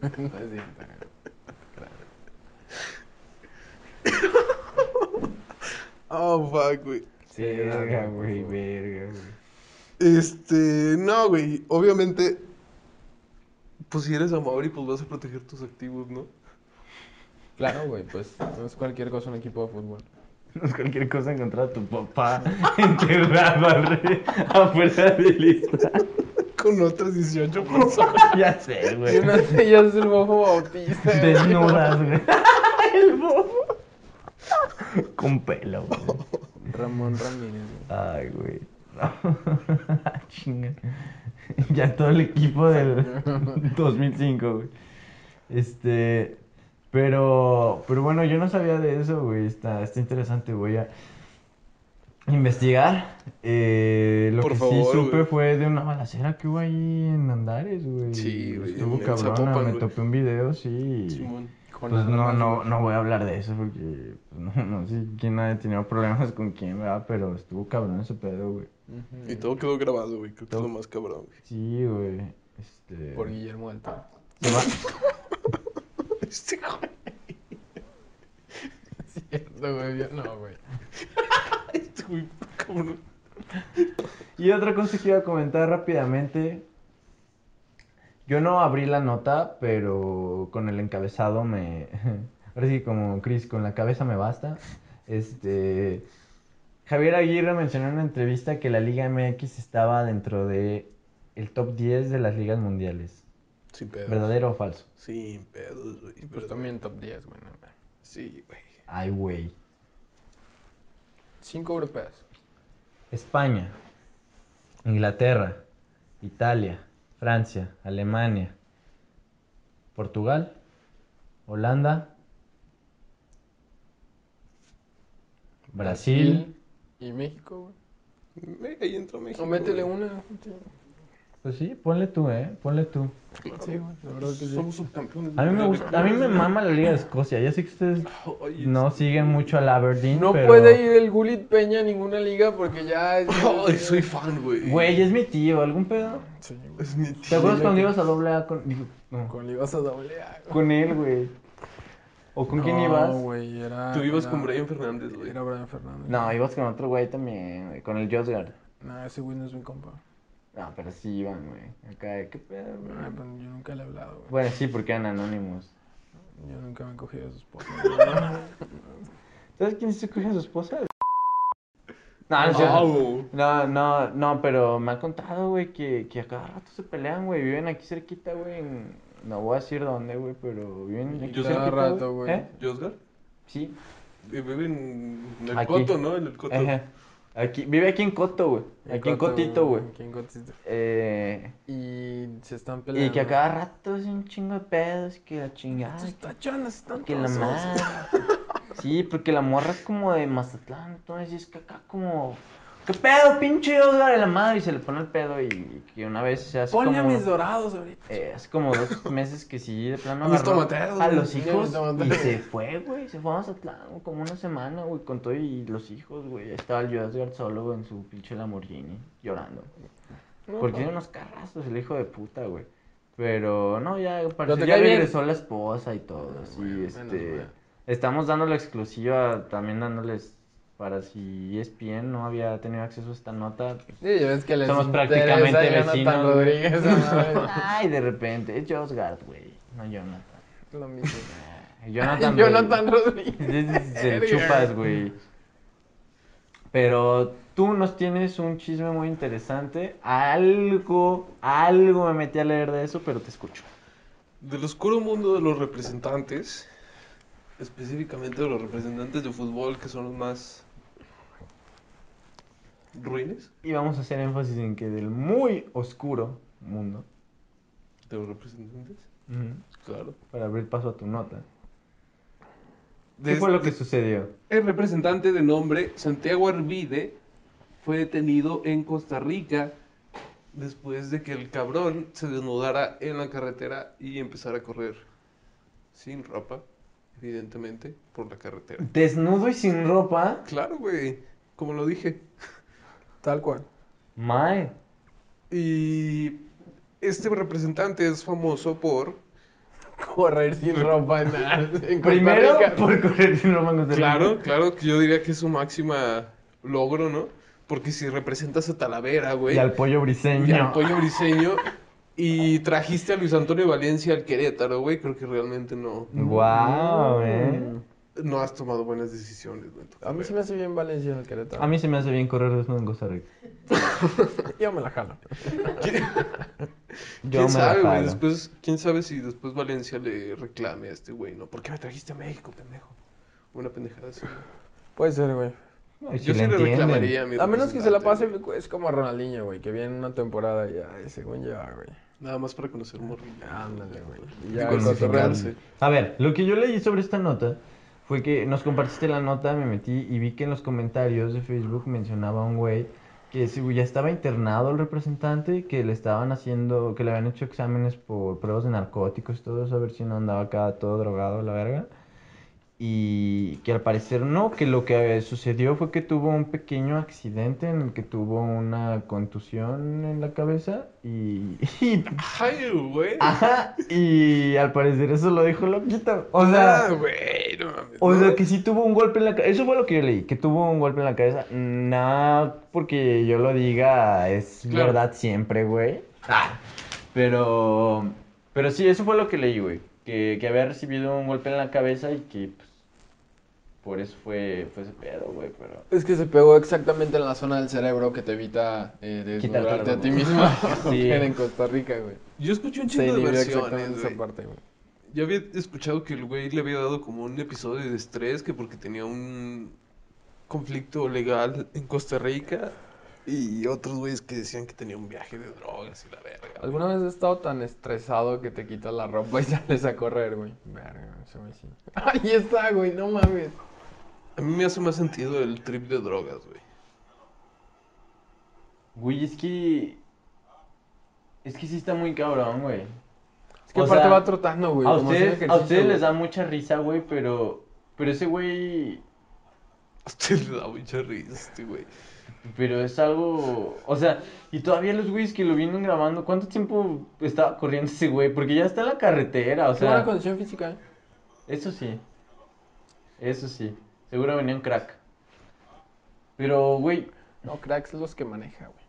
C: No es cierto, güey.
B: Oh, fuck, güey.
C: Sí,
A: Verga,
C: no,
A: güey,
C: por favor.
A: verga, güey.
B: Este, no, güey. Obviamente, pues si eres Amauri, pues vas a proteger tus activos, ¿no?
C: Claro, güey, pues no es cualquier cosa un equipo de fútbol.
A: No es cualquier cosa encontrar a tu papá enterrado al re- afuera de lista.
B: Con otras 18 personas.
A: Ya sé,
C: Y
A: güey.
C: una de ellas es el bojo bautista. güey.
A: Desnudas, güey. El bobo. Con pelo, güey.
C: Ramón Ramírez. güey.
A: Ay, güey. No. Chinga. Ya todo el equipo del 2005, güey. Este. Pero. Pero bueno, yo no sabía de eso, güey. Está, está interesante, voy a. Investigar. Eh, lo
B: Por
A: que sí
B: favor,
A: supe
B: güey.
A: fue de una balacera que hubo ahí en Andares, güey.
B: Sí, güey,
A: Estuvo
B: en
A: cabrona,
B: Zapopan,
A: me
B: güey.
A: topé un video, sí.
B: Simón.
C: Con
A: Pues no,
C: armas,
A: no,
C: güey.
A: no voy a hablar de eso porque pues, no, no sé quién haya tenido problemas con quién, ¿verdad? Pero estuvo cabrón ese pedo, güey.
C: Ujú.
B: Y todo quedó grabado, güey. Creo que es lo más cabrón, güey.
A: Sí, güey. Este.
C: Por Guillermo del Toro.
A: se va-
B: Este, güey.
C: Cierto, güey, yo- No, güey.
B: Este, güey, cabrón.
A: Y otra cosa que iba a comentar rápidamente. Yo no abrí la nota, pero con el encabezado me. Ahora sí, como Chris, con la cabeza me basta. Este. Javier Aguirre mencionó en una entrevista que la Liga MX estaba dentro de el top 10 de las ligas mundiales.
B: Sin pedos.
A: ¿Verdadero o falso?
B: Sin pedos, güey.
C: Pues
B: Pero-
C: también top 10, güey. no, güey.
B: Sí, güey.
A: Ay, güey.
C: Cinco europeas.
A: España, Inglaterra, Italia, Francia, Alemania, Portugal, Holanda, Brasil.
C: Y México, güey.
B: Me- Ahí entró México.
C: O métele
B: güey.
C: una.
A: Pues sí, ponle tú, eh, ponle tú.
B: Claro.
C: Sí, güey, la verdad que sí.
B: Somos subcampeones.
A: A mí me gusta, a mí me mama la Liga de Escocia. Ya sé que ustedes
B: Oye,
A: no siguen mucho al Aberdeen,
C: No
A: pero-
C: puede ir el Gulit Peña a ninguna liga porque ya es.
B: Ay, soy fan, güey.
A: Güey, es mi tío, ¿algún pedo?
C: Sí, güey.
B: Es mi
A: ¿Te
B: tío.
A: acuerdas
C: yo
A: cuando
C: que-
A: ibas a doble A con digo, no,
C: Con ibas a doble A, güey.
A: con él, güey? ¿O con quién
C: No,
A: ibas?
C: güey, era.
B: Tú ibas
C: era-
B: con Brian Fernández, güey.
C: Era Brian Fernández.
A: No, ibas con otro güey también, güey, con el Josgar.
C: No, ese güey no es mi compa.
A: No, pero sí iban, güey. Acá, ¿qué pedo,
C: Ay,
A: güey?
C: pero Yo Ah, pues, nunca le he hablado, güey.
A: Bueno, sí, porque eran anónimos.
C: Yo nunca me he cogido a su esposa.
A: ¿Sabes quién se coge a su esposa? No, no, es cierto.
B: Au.
A: no, no, no, pero me han contado, güey, que, que a cada rato se pelean, güey. Viven aquí cerquita, güey. en- No voy a decir dónde, güey, pero viven aquí
B: Yo sé
A: cerquita,
C: cada rato, güey.
A: ¿Eh?
B: ¿Y Oscar?
A: Sí.
B: Eh, Vive en en el
A: Aquí.
B: coto, ¿no? En el coto.
A: Ajá. Aquí, vive aquí en Coto, güey. Aquí en Cotito, güey.
C: Aquí en Cotito.
A: Eh,
C: Y se están
A: y
C: peleando.
A: que a cada rato es un chingo de pedos, que la chingada.
C: Estos
A: que-
C: tachones están
A: Que la
C: todos
A: madre. Sí, porque la morra es como de Mazatlán, entonces es que acá como. ¿Qué pedo, pinche Osgar de la madre? Y se le pone el pedo y, y que una vez se hace
C: Ponle
A: como.
C: a mis dorados ahorita.
A: eh, hace como dos meses que sí, de plano
B: A mis
A: agarró
B: tomateros,
A: a
B: güey.
A: los
C: Sí, a
A: hijos
C: mis tomateros.
A: y se fue, güey, se fue a Mazatlán güey, como una semana, güey, con todo y los hijos, güey, ahí estaba el Osgar solo güey, en su pinche Lamborghini, llorando, porque tiene unos carrazos el hijo de puta, güey, pero no, ya, parece,
C: te
A: ya
C: cae bien.
A: regresó la esposa y todo,
C: Ah,
A: sí,
C: güey, menos
A: este...
C: mal.
A: Estamos dando la exclusiva, también dándoles para si E ESPN no había tenido acceso a esta nota. pues,
C: Sí, ya ves que les
A: Somos
C: interesa
A: prácticamente
C: Jonathan
A: vecinos, güey.
C: Rodríguez. ¿no?
A: Ay, de repente, es Josgard, güey, no Jonathan.
C: Lo mismo.
A: Jonathan, güey.
C: Jonathan Rodríguez.
A: Se le chupas, güey. Pero tú nos tienes un chisme muy interesante. Algo, algo me metí a leer de eso, pero te escucho.
B: Del oscuro mundo de los representantes, específicamente de los representantes de fútbol que son los más ruines
A: Y vamos a hacer énfasis en que del muy oscuro mundo,
B: de los representantes,
A: ujú,
B: claro.
A: para abrir paso a tu nota. ¿Qué
B: De
A: fue lo que
B: este-
A: sucedió?
B: El representante de nombre Santiago Arvide fue detenido en Costa Rica después de que el cabrón se desnudara en la carretera y empezara a correr sin ropa, evidentemente, por la carretera.
A: Desnudo y sin ropa.
B: Claro, güey, como lo dije.
C: Tal cual.
A: Mae.
B: Y este representante es famoso por...
C: Correr sin ropa en, en Costa
A: Primero,
C: Rica.
A: por correr sin ropa en Costa Rica.
B: Claro, claro, que yo diría que es su máxima logro, ¿no? Porque si representas a Talavera, güey,
A: Y al pollo briseño.
B: y al Pollo Briseño, y trajiste a Luis Antonio Valencia al Querétaro, güey, creo que realmente no,
A: Guau,
B: Mm.
A: eh.
B: no has tomado buenas decisiones, güey. en tu
C: A mí se me hace bien Valencia en el Querétaro.
A: A mí se me hace bien correr desnudo en Costa Rica.
C: Yo me la jalo.
B: carrera.
A: Yo
B: ¿Quién
A: me
B: sabe,
A: la
B: güey?
A: jalo.
B: Después, ¿Quién sabe si después Valencia le reclame a este güey, no? ¿Por qué me trajiste a México, pendejo? Una pendejada así. güey.
C: Puede ser, güey.
A: Ay, si
B: Yo sí le
A: entienden.
B: reclamaría a mi
C: A menos que se la pase,
B: representante, güey.
C: es como Ronaldinho, güey, que viene una temporada y ya, según ya, güey.
B: Nada más para conocer morrillo.
C: Ándale, güey. Y
B: Y
C: ya,
B: conocerse.
A: A ver, lo que yo leí sobre esta nota fue que nos compartiste la nota, me metí y vi que en los comentarios de Facebook mencionaba un güey que ese güey ya estaba internado el representante, que le estaban haciendo, que le habían hecho exámenes por pruebas de narcóticos y todo eso, a ver si no andaba acá todo drogado a la verga. Y que al parecer no, que lo que sucedió fue que tuvo un pequeño accidente en el que tuvo una contusión en la cabeza y, y
B: Ay, güey.
A: Ajá, y al parecer eso lo dijo Loquito. O
B: Ah,
A: sea,
B: güey, no mames.
A: o
B: no.
A: sea que sí tuvo un golpe en la cabeza. Eso fue lo que yo leí, que tuvo un golpe en la cabeza. No porque yo lo diga, es
B: Claro.
A: verdad siempre, güey. Ah, pero, pero sí, eso fue lo que leí, güey. Que, que había recibido un golpe en la cabeza y que, pues, por eso fue, fue ese pedo, güey. Pero
C: Es que se pegó exactamente en la zona del cerebro que te evita eh, desnudarte
A: Quitarte
C: a ti
A: algo.
C: mismo.
A: Sí.
C: En Costa Rica, güey.
B: Yo escuché un
C: Se
B: chingo de
C: inhibió
B: versiones,
C: exactamente esa
B: güey.
C: parte, güey.
B: Yo había escuchado que el güey le había dado como un episodio de estrés que porque tenía un conflicto legal en Costa Rica y otros güeyes que decían que tenía un viaje de drogas y la verga.
C: ¿Alguna vez has estado tan estresado que te quitas la ropa y sales a correr, güey? Verga, ese güey sí. Ahí está, güey, no mames.
B: A mí me hace más sentido el trip de drogas, güey.
A: Güey, es que. Es que sí está muy cabrón, güey.
C: Es que
A: O
C: aparte
A: sea,
C: va trotando, güey.
A: a,
C: como
A: ustedes,
C: haciendo
A: a
C: ejercicio,
A: ustedes
C: güey.
A: les da mucha risa, güey, pero. Pero ese güey.
B: A usted le da mucha risa este güey.
A: Pero es algo. O sea, y todavía los güeyes que lo vienen grabando, ¿cuánto tiempo estaba corriendo ese güey? Porque ya está en la carretera, o
C: Qué buena
A: sea.
C: condición física, ¿eh?
A: Eso sí. Eso sí. Seguro venía un crack. Pero, güey,
C: No, cracks los que maneja, güey.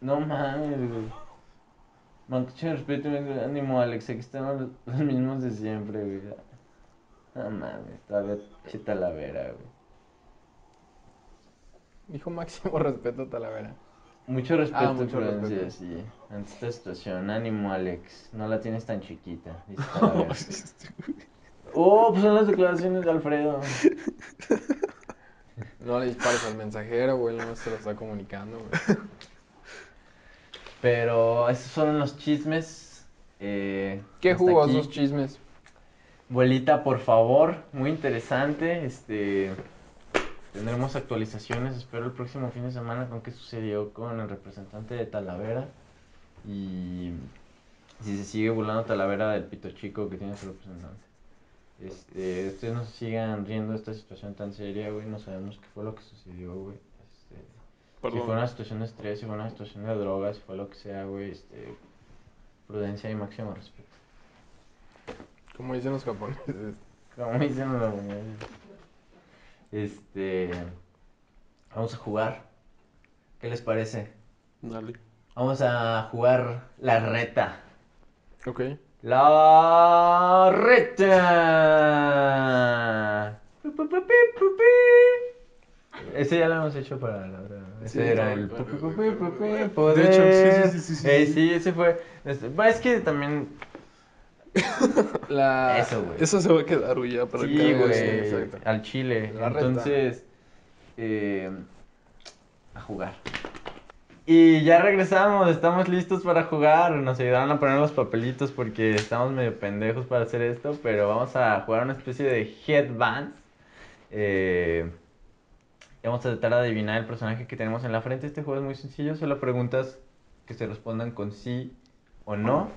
A: no mames, güey. Mantecha respeto y me- ánimo, Alex. Aquí estamos los, los mismos de siempre, güey. No mames, todavía che talavera, güey.
C: Dijo máximo respeto Talavera.
A: Ah, Mucho respeto,
C: mucho
A: Florencia,
C: respeto.
A: sí. Ante esta situación, ánimo, Alex. No la tienes tan chiquita. dice Talavera.
B: Este
A: oh, pues son las declaraciones de Alfredo.
C: No le dispares al mensajero, güey, no se lo está comunicando, güey.
A: Pero esos son los chismes. Eh,
C: Qué
A: hasta
C: jugosos
A: aquí.
C: chismes.
A: Bolita, por favor, muy interesante. Este tendremos actualizaciones, espero el próximo fin de semana con qué sucedió con el representante de Talavera y si se sigue burlando Talavera del pito chico que tiene su representante. Este, ustedes no se sigan riendo de esta situación tan seria, güey, no sabemos qué fue lo que sucedió, güey. Este, si fue una
B: Perdón.
A: situación de estrés, si fue una situación de drogas, si fue lo que sea, güey, este, prudencia y máximo respeto.
C: Como dicen los japoneses.
A: Como dicen los japoneses. Este. Vamos a jugar. ¿Qué les parece?
B: Dale.
A: Vamos a jugar la reta.
C: Ok.
A: La reta. Ese ya lo hemos hecho para la otra. Ese
B: Sí,
A: era
B: no,
A: el.
B: pero-
A: pu- pu- pu- pu- pu-
B: De hecho,
A: Poder.
B: sí, sí, sí, sí,
A: Eh,
B: sí.
A: sí, ese fue. este, va, Es que también.
B: Ah,
C: La...
A: Eso, güey.
B: Eso se va a quedar, güey, ya para
A: Sí,
B: el cargo,
A: güey,
B: sí,
C: exacto.
A: al Chile.
C: La reta.
A: Entonces, eh, a jugar. Y ya regresamos, estamos listos para jugar. Nos ayudaron a poner los papelitos porque estamos medio pendejos para hacer esto, pero vamos a jugar una especie de headband. Eh, y vamos a tratar de adivinar el personaje que tenemos en la frente. Este juego es muy sencillo, solo preguntas que se respondan con sí o no.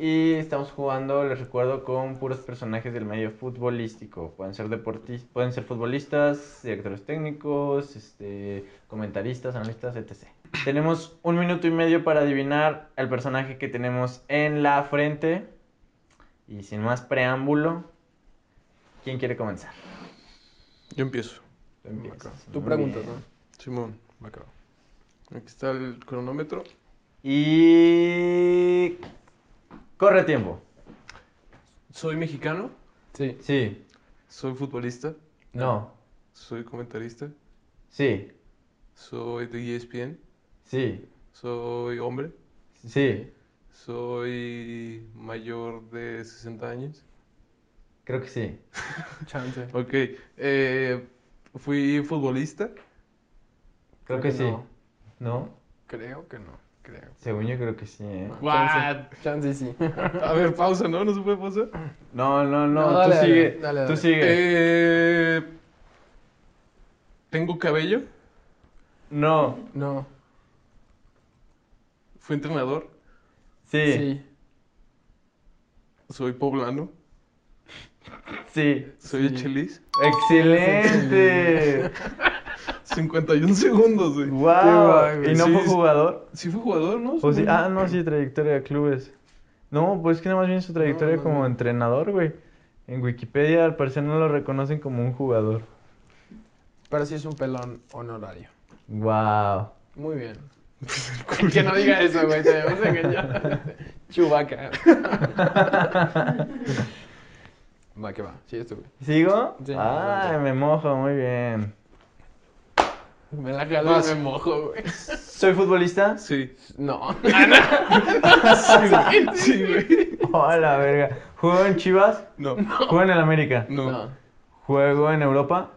A: Y estamos jugando, les recuerdo, con puros personajes del medio futbolístico. Pueden ser deportistas, pueden ser futbolistas, directores técnicos, este, comentaristas, analistas, etc. Tenemos un minuto y medio para adivinar el personaje que tenemos en la frente. Y sin más preámbulo, ¿quién quiere comenzar?
B: Yo empiezo.
A: Tú empiezas.
C: Tú
A: Muy
C: preguntas,
A: bien.
C: ¿no?
B: Simón,
C: Va, cabrón.
B: aquí está el cronómetro.
A: Y... Corre tiempo.
B: Soy mexicano,
C: Sí.
A: Sí.
B: soy futbolista,
A: No.
B: soy comentarista,
A: Sí.
B: soy de E ESPN,
A: Sí.
B: soy hombre,
A: Sí.
B: soy mayor de 60 años.
A: Creo que sí.
C: Chance.
B: Ok, eh, fui futbolista.
A: Creo que sí.
C: no.
A: ¿No?
C: Creo que no. Creo.
A: Según yo creo que sí, ¿eh?
B: What?
C: Chance, chance y sí.
B: A ver, pausa, ¿no? ¿No se puede pausar?
A: No, no,
C: No,
A: no, tú
C: dale, dale,
A: sigue.
C: dale,
A: Tú
C: dale.
A: sigue.
B: Eh, ¿tengo cabello?
A: No,
C: No.
B: ¿Fui entrenador?
A: sí, sí,
C: Sí.
B: ¿Soy poblano? ¿Soy de
C: Sí.
B: Chelis?
A: ¡Excelente!
B: 51 segundos, güey.
A: ¡Wow!
B: Qué
A: ¿Y no
B: guay,
A: fue
B: güey. Sí,
A: jugador?
B: Sí fue jugador, ¿no?
A: O sí- ah, no, sí, trayectoria de clubes. No, pues es que nada más viene su trayectoria
C: no,
A: como
C: no.
A: entrenador, güey. En Wikipedia al parecer no lo reconocen como un jugador.
C: Pero sí es un pelón honorario.
A: ¡Wow!
C: Muy bien. que no diga eso, güey. Te vamos a engañar. Chubaca. va, que va. Sí, esto, güey.
A: ¿Sigo?
C: Sí,
A: ¡Ay,
C: adelante.
A: me mojo! Muy bien.
C: Me la jalo y me mojo, güey. Ah,
A: ¿Soy futbolista?
B: Sí.
C: No.
B: Sí, güey. Sí, güey.
A: ¡Oh, la verga! ¿Juego en Chivas?
B: No,
A: ¿Juego en el América?
B: no.
A: ¿Juego en Europa?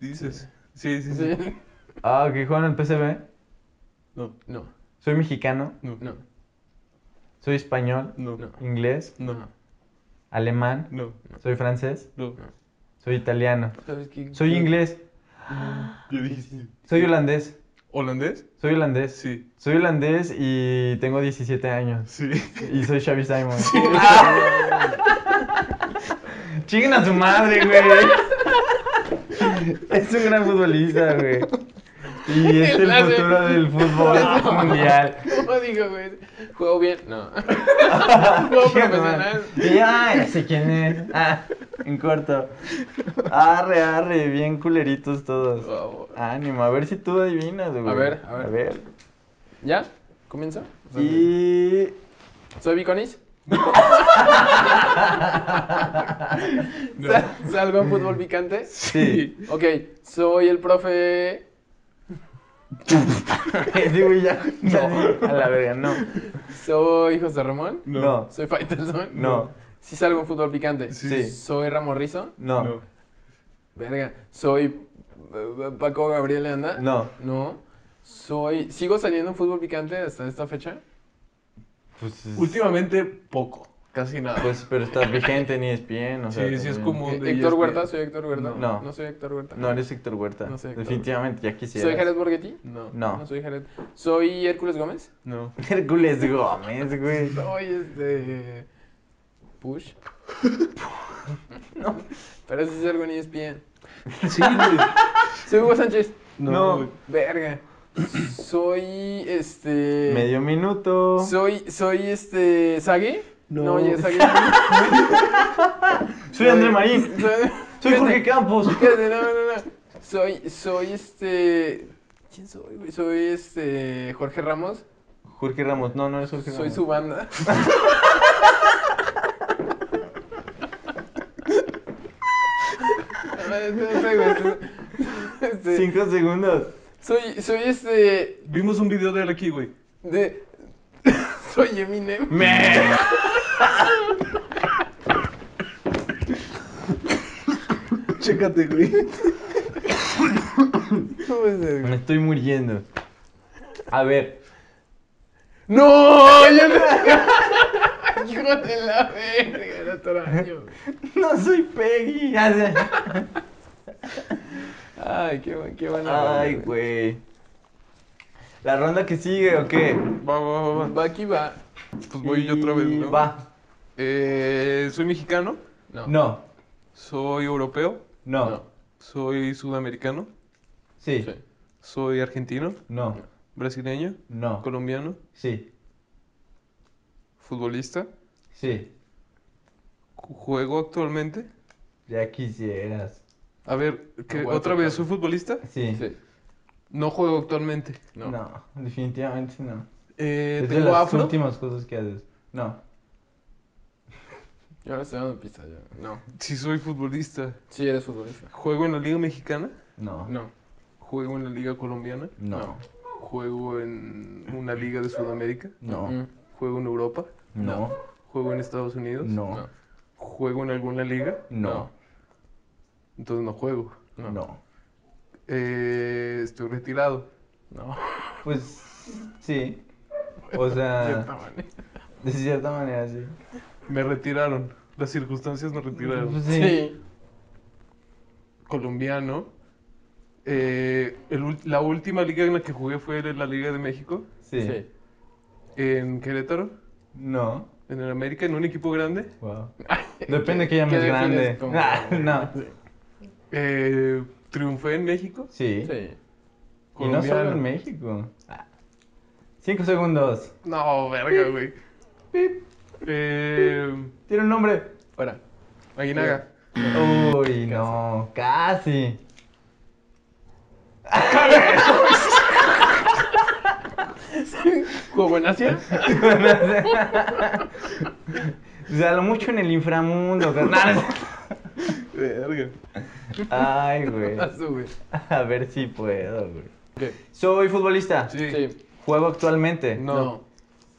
B: Dices. Sí, sí, sí.
C: Sí.
A: Ah, ok, juego en el PCB.
B: No,
C: No.
A: Soy mexicano,
B: no,
C: No.
A: soy español,
B: no,
C: No.
A: inglés,
B: no,
A: alemán,
B: no,
A: soy francés,
B: no.
A: soy italiano,
C: ¿Sabes qué?
A: soy inglés,
B: Ya dijiste.
A: soy holandés,
B: ¿Holandés?
A: soy holandés,
B: Sí,
A: soy holandés y tengo 17 años.
B: sí.
A: Y soy Xavi Simon. Chinguen a su madre, güey. Es un gran futbolista, güey. Y es el
C: Clase.
A: futuro del fútbol mundial.
C: ¿Cómo digo, güey? ¿Juego bien? No.
A: Juego
C: profesional.
A: Ya, ya sé quién es. Ah, en corto. Arre, arre, bien culeritos todos.
B: Wow.
A: Ánimo, a ver si tú adivinas, güey.
C: ver, a ver.
A: A ver.
C: ¿Ya? ¿Comienza? O sea,
A: Y.
C: ¿Soy Biconis?
B: No.
C: ¿Salgo en fútbol picante?
A: Sí.
C: Ok, soy el profe...
A: Digo, ya. ya di- A la verga, no.
C: ¿Soy José Ramón?
A: No.
C: ¿Soy Faitelson?
A: No.
C: ¿Sí salgo en fútbol picante?
A: Sí.
C: ¿Soy Ramón Rizo?
A: No. No.
B: No.
C: Verga. ¿Soy eh, Paco Gabriel Anda? No. Soy... ¿Sigo saliendo en fútbol picante hasta esta fecha?
A: Pues,
B: Últimamente poco, casi nada.
A: pues, pero estás vigente en E ESPN, o sea.
B: Sí, sí, es
A: también.
B: como-
C: Eh,
B: de
C: ¿Héctor
B: ESPN.
C: Huerta? ¿Soy Héctor Huerta?
B: No.
A: No.
C: No soy Héctor Huerta.
A: No, eres Héctor Huerta.
C: No soy Héctor
A: Definitivamente, ya
C: ¿Soy Jared
A: quisieras.
C: Borghetti?
B: No.
A: No.
C: No soy Jared. ¿Soy Hércules Gómez?
B: No.
A: Hércules Gómez, güey.
C: Soy este. Push. no. Pero ese es algo en E ESPN.
B: Sí, güey.
C: Soy Hugo Sánchez.
B: No.
A: No.
B: güey.
C: Verga. Soy este.
A: Medio minuto.
C: Soy. Soy este. ¿Sage?
B: No.
C: No, oye, Sage.
A: Soy André Marín.
C: Soy-
A: Soy Jorge Campos.
C: Fíjate, no, no, no. Soy. Soy este. ¿Quién soy, güey? Soy este. Jorge Ramos.
A: Jorge Ramos. No, no eres Jorge
C: Soy
A: Ramos.
C: su banda. No sé, güey, este- este,
A: Cinco segundos.
C: soy, soy este.
B: Vimos un video de él aquí, güey.
C: De, soy Eminem.
A: Me.
B: Chécate, güey.
C: ¿Cómo es eso?
A: Me estoy muriendo. A ver.
C: ¡No! ¡Yo no! ¡Hijo de la verga! Era otro año.
A: No soy Peggy.
C: Ay, qué, bu- qué buena.
A: Ay,
C: ronda,
A: güey. ¿La ronda que sigue o qué?
B: Va, va, va, va.
C: Va aquí, va.
B: Pues voy yo otra vez,
A: Y
B: ¿no?
A: Va.
B: Eh, soy mexicano,
C: No.
A: No.
B: soy europeo,
A: No.
C: No.
B: soy sudamericano,
A: Sí.
C: Sí.
B: soy argentino,
A: No.
B: brasileño,
A: No.
B: colombiano,
A: Sí.
B: futbolista,
A: Sí.
B: juego actualmente.
A: Ya quisieras.
B: A ver, que
C: No voy a
B: otra
C: tocar.
B: vez, ¿soy futbolista?
A: Sí.
C: Sí.
B: No juego actualmente.
A: No.
C: No.
A: definitivamente no.
B: Eh,
A: es de
B: ¿Tengo
A: las
B: afro?
A: últimas cosas que haces. No.
C: Yo ahora estoy dando pista ya. No.
B: Sí, soy futbolista.
C: Sí, eres futbolista.
B: ¿Juego en la Liga Mexicana?
A: No.
C: No.
B: ¿Juego en la Liga Colombiana?
A: No.
B: ¿Juego en una Liga de Sudamérica?
A: No.
C: Mm.
B: ¿Juego en Europa?
A: No.
B: ¿Juego en Estados Unidos?
A: No.
B: ¿Juego en alguna liga?
A: No.
B: Entonces no juego.
C: No.
A: No.
B: Eh, estoy retirado.
C: No.
A: Pues sí. O sea, de cierta manera sí.
B: Me retiraron. Las circunstancias me retiraron.
A: Pues,
C: Sí.
A: sí.
B: Colombiano. Eh, el ul- la última liga en la que jugué fue en la Liga de México.
A: Sí.
C: Sí.
B: En Querétaro.
A: No.
B: En el América. En un equipo grande.
A: Wow. Depende que ella
C: ¿Qué
A: más grande.
C: defines como-
A: Ah, no.
B: Eh, triunfé en México.
A: Sí.
C: Sí.
A: Y no solo
B: Colombiano.
A: en México. Ah. Cinco segundos.
B: No, verga, güey.
A: Pip.
B: Eh,
A: Tiene un nombre.
C: Fuera.
B: Aguinaga.
A: Uy, no. Casi.
C: ¿Jugó en Asia?
A: O sea, lo mucho en el inframundo, carnal.
B: Verga.
A: Ay, güey.
C: Ah, su, güey.
A: A ver si puedo, güey.
C: ¿Qué?
A: Soy futbolista.
B: Sí.
C: Sí.
A: Juego actualmente.
B: No.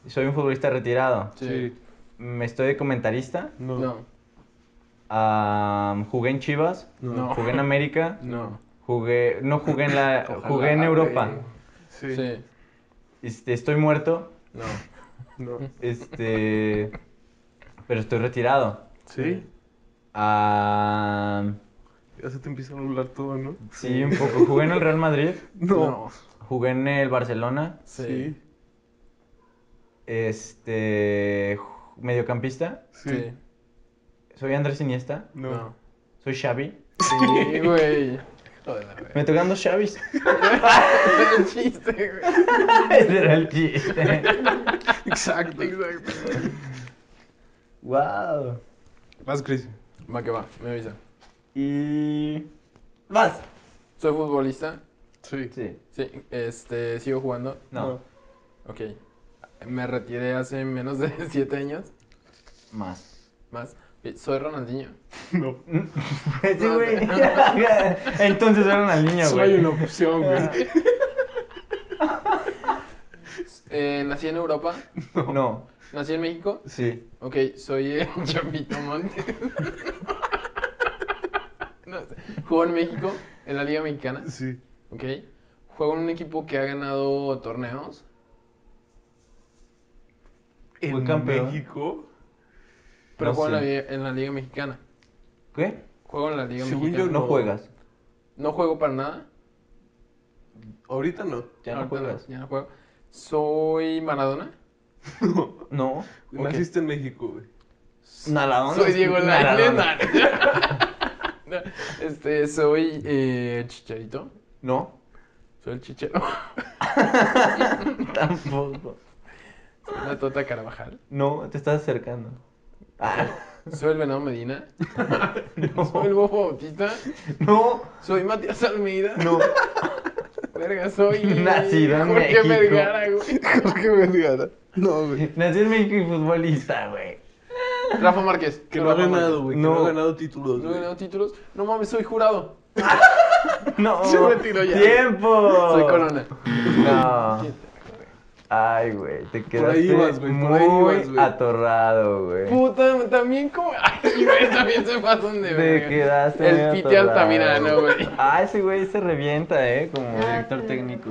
A: Soy un futbolista retirado.
C: Sí.
B: Sí.
A: Me estoy de comentarista.
B: No.
C: No.
A: Am, jugué en Chivas.
C: No.
A: Jugué en América.
C: No.
A: Jugué. No jugué en la.
C: Ojalá,
A: jugué en Europa.
B: Sí.
C: güey. Sí.
A: Este, estoy muerto.
C: No.
B: No.
A: Este. pero estoy retirado.
B: Sí.
A: Am,
B: Ya se te empieza a nublar todo, ¿no?
A: sí, un poco. Jugué en el Real Madrid.
B: No.
A: Jugué en el Barcelona.
C: Sí.
A: Este. ju- Mediocampista.
B: Sí.
A: Soy Andrés Iniesta.
B: No.
A: Soy Xavi.
C: Sí, güey. Joder, la verga.
A: Me tocan dos Xavis.
C: Es el chiste, güey.
A: Ese era el chiste.
B: Exacto, exacto.
A: wow.
B: Vas, Chris.
C: Va que va, me avisa.
A: Y. ¡Vas!
C: Soy futbolista.
B: Sí.
A: Sí.
C: Sí. Este, sigo jugando.
A: No.
C: Ok. Me retiré hace menos de 7 años.
A: Más.
C: Más. Eh, Soy Ronaldinho.
B: No.
A: Sí, güey. Entonces era una niña,
B: Soy
A: güey.
B: una opción, güey.
C: Eh, nací en Europa.
A: No.
C: Nací en México.
A: Sí.
C: Ok, soy eh, Chapito Montes. No sé. Juego en México, en la Liga Mexicana.
B: Sí.
C: Ok. Juego en un equipo que ha ganado torneos.
A: Fue
B: En
A: campeón.
B: México.
C: Pero
A: No
C: juego en la,
A: sé.
C: Liga- en la Liga Mexicana.
A: ¿Qué?
C: Juego en la Liga
B: Según
C: Mexicana.
B: yo,
A: No juegas.
C: No juego para nada.
B: Ahorita no.
A: Ya no
C: Ahorita
A: juegas.
C: ya no juego. Soy Maradona.
B: No.
A: No.
B: Naciste en México, güey.
A: Naladona.
C: Soy Diego Lainez.
A: Maradona.
C: No, este, soy eh, Chicharito.
A: No.
C: Soy el Chichero.
A: Tampoco.
C: Soy la Tota Carvajal.
A: No, te estás acercando. Ah,
C: Soy el Venado Medina. Soy el
A: no.
C: Bofo Bautista.
A: No.
C: Soy Matías Almeida.
A: No.
C: Verga, soy.
A: Nacido en
C: Jorge
A: México.
C: Vergara, güey.
B: Jorge Vergara. No, güey.
A: Nací en México y futbolista, güey.
C: Rafa Márquez.
B: Que
C: Soy
B: no ha
C: Rafa
B: ganado,
C: Márquez.
B: güey. No. Que
A: No.
B: no ha ganado títulos,
C: No he
B: güey.
C: ganado títulos. No mames, soy jurado.
A: No.
C: Se retiró ya.
A: ¡Tiempo!
C: Soy Corona.
A: No. Ay, güey, te quedaste
B: ahí ibas, güey, por ahí
A: muy
B: ibas, güey.
A: atorrado, güey.
C: Puta, también como. Ay, güey, también se pasan de
A: Te
C: verga.
A: quedaste
C: El
A: muy
C: Piti
A: atorrado.
C: Altamirano, güey.
A: Ah, ese güey se revienta, eh, como
D: Ah,
A: director técnico.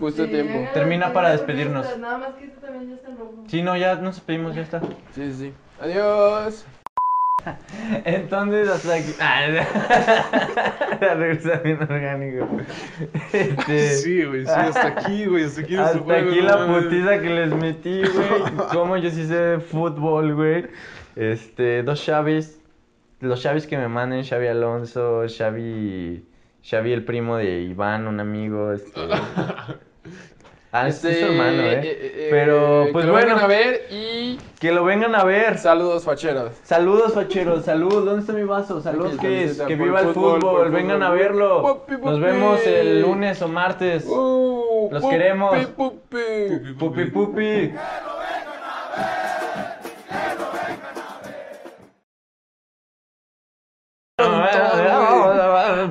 C: Justo
D: Este,
C: a tiempo.
A: Termina para despedirnos.
D: Nada más que esto también ya está en rojo.
A: Sí, no, ya nos despedimos, ya está.
C: Sí, sí. Adiós.
A: Entonces, hasta aquí. Ah, la regresa bien orgánico. Este,
B: Sí, güey. Sí, hasta aquí, güey. Hasta aquí nuestro
A: Hasta
B: juego,
A: aquí
B: no
A: la
B: mames.
A: putiza que les metí, güey. Como yo sí sé de fútbol, güey. Este, dos Xavis. Los Xavis que me manden, Xavi Alonso, Xavi. Xavi, el primo de Iván, un amigo. Este. Ah, este, es su hermano, ¿eh?
C: eh, eh,
A: Pero,
C: que
A: pues
C: lo
A: bueno,
C: vengan a ver y
A: que lo vengan a ver.
C: saludos facheros.
A: Saludos, facheros. Saludos. ¿Dónde está mi vaso? Saludos,
C: Aquí,
A: que es.
C: felicita
A: Que
C: por
A: viva el fútbol.
C: fútbol, por fútbol.
A: Vengan a verlo.
C: Pupi,
A: Nos
C: pupi.
A: vemos el lunes o martes.
C: Uh,
A: Los queremos.
C: pupi.
A: Pupi, pupi.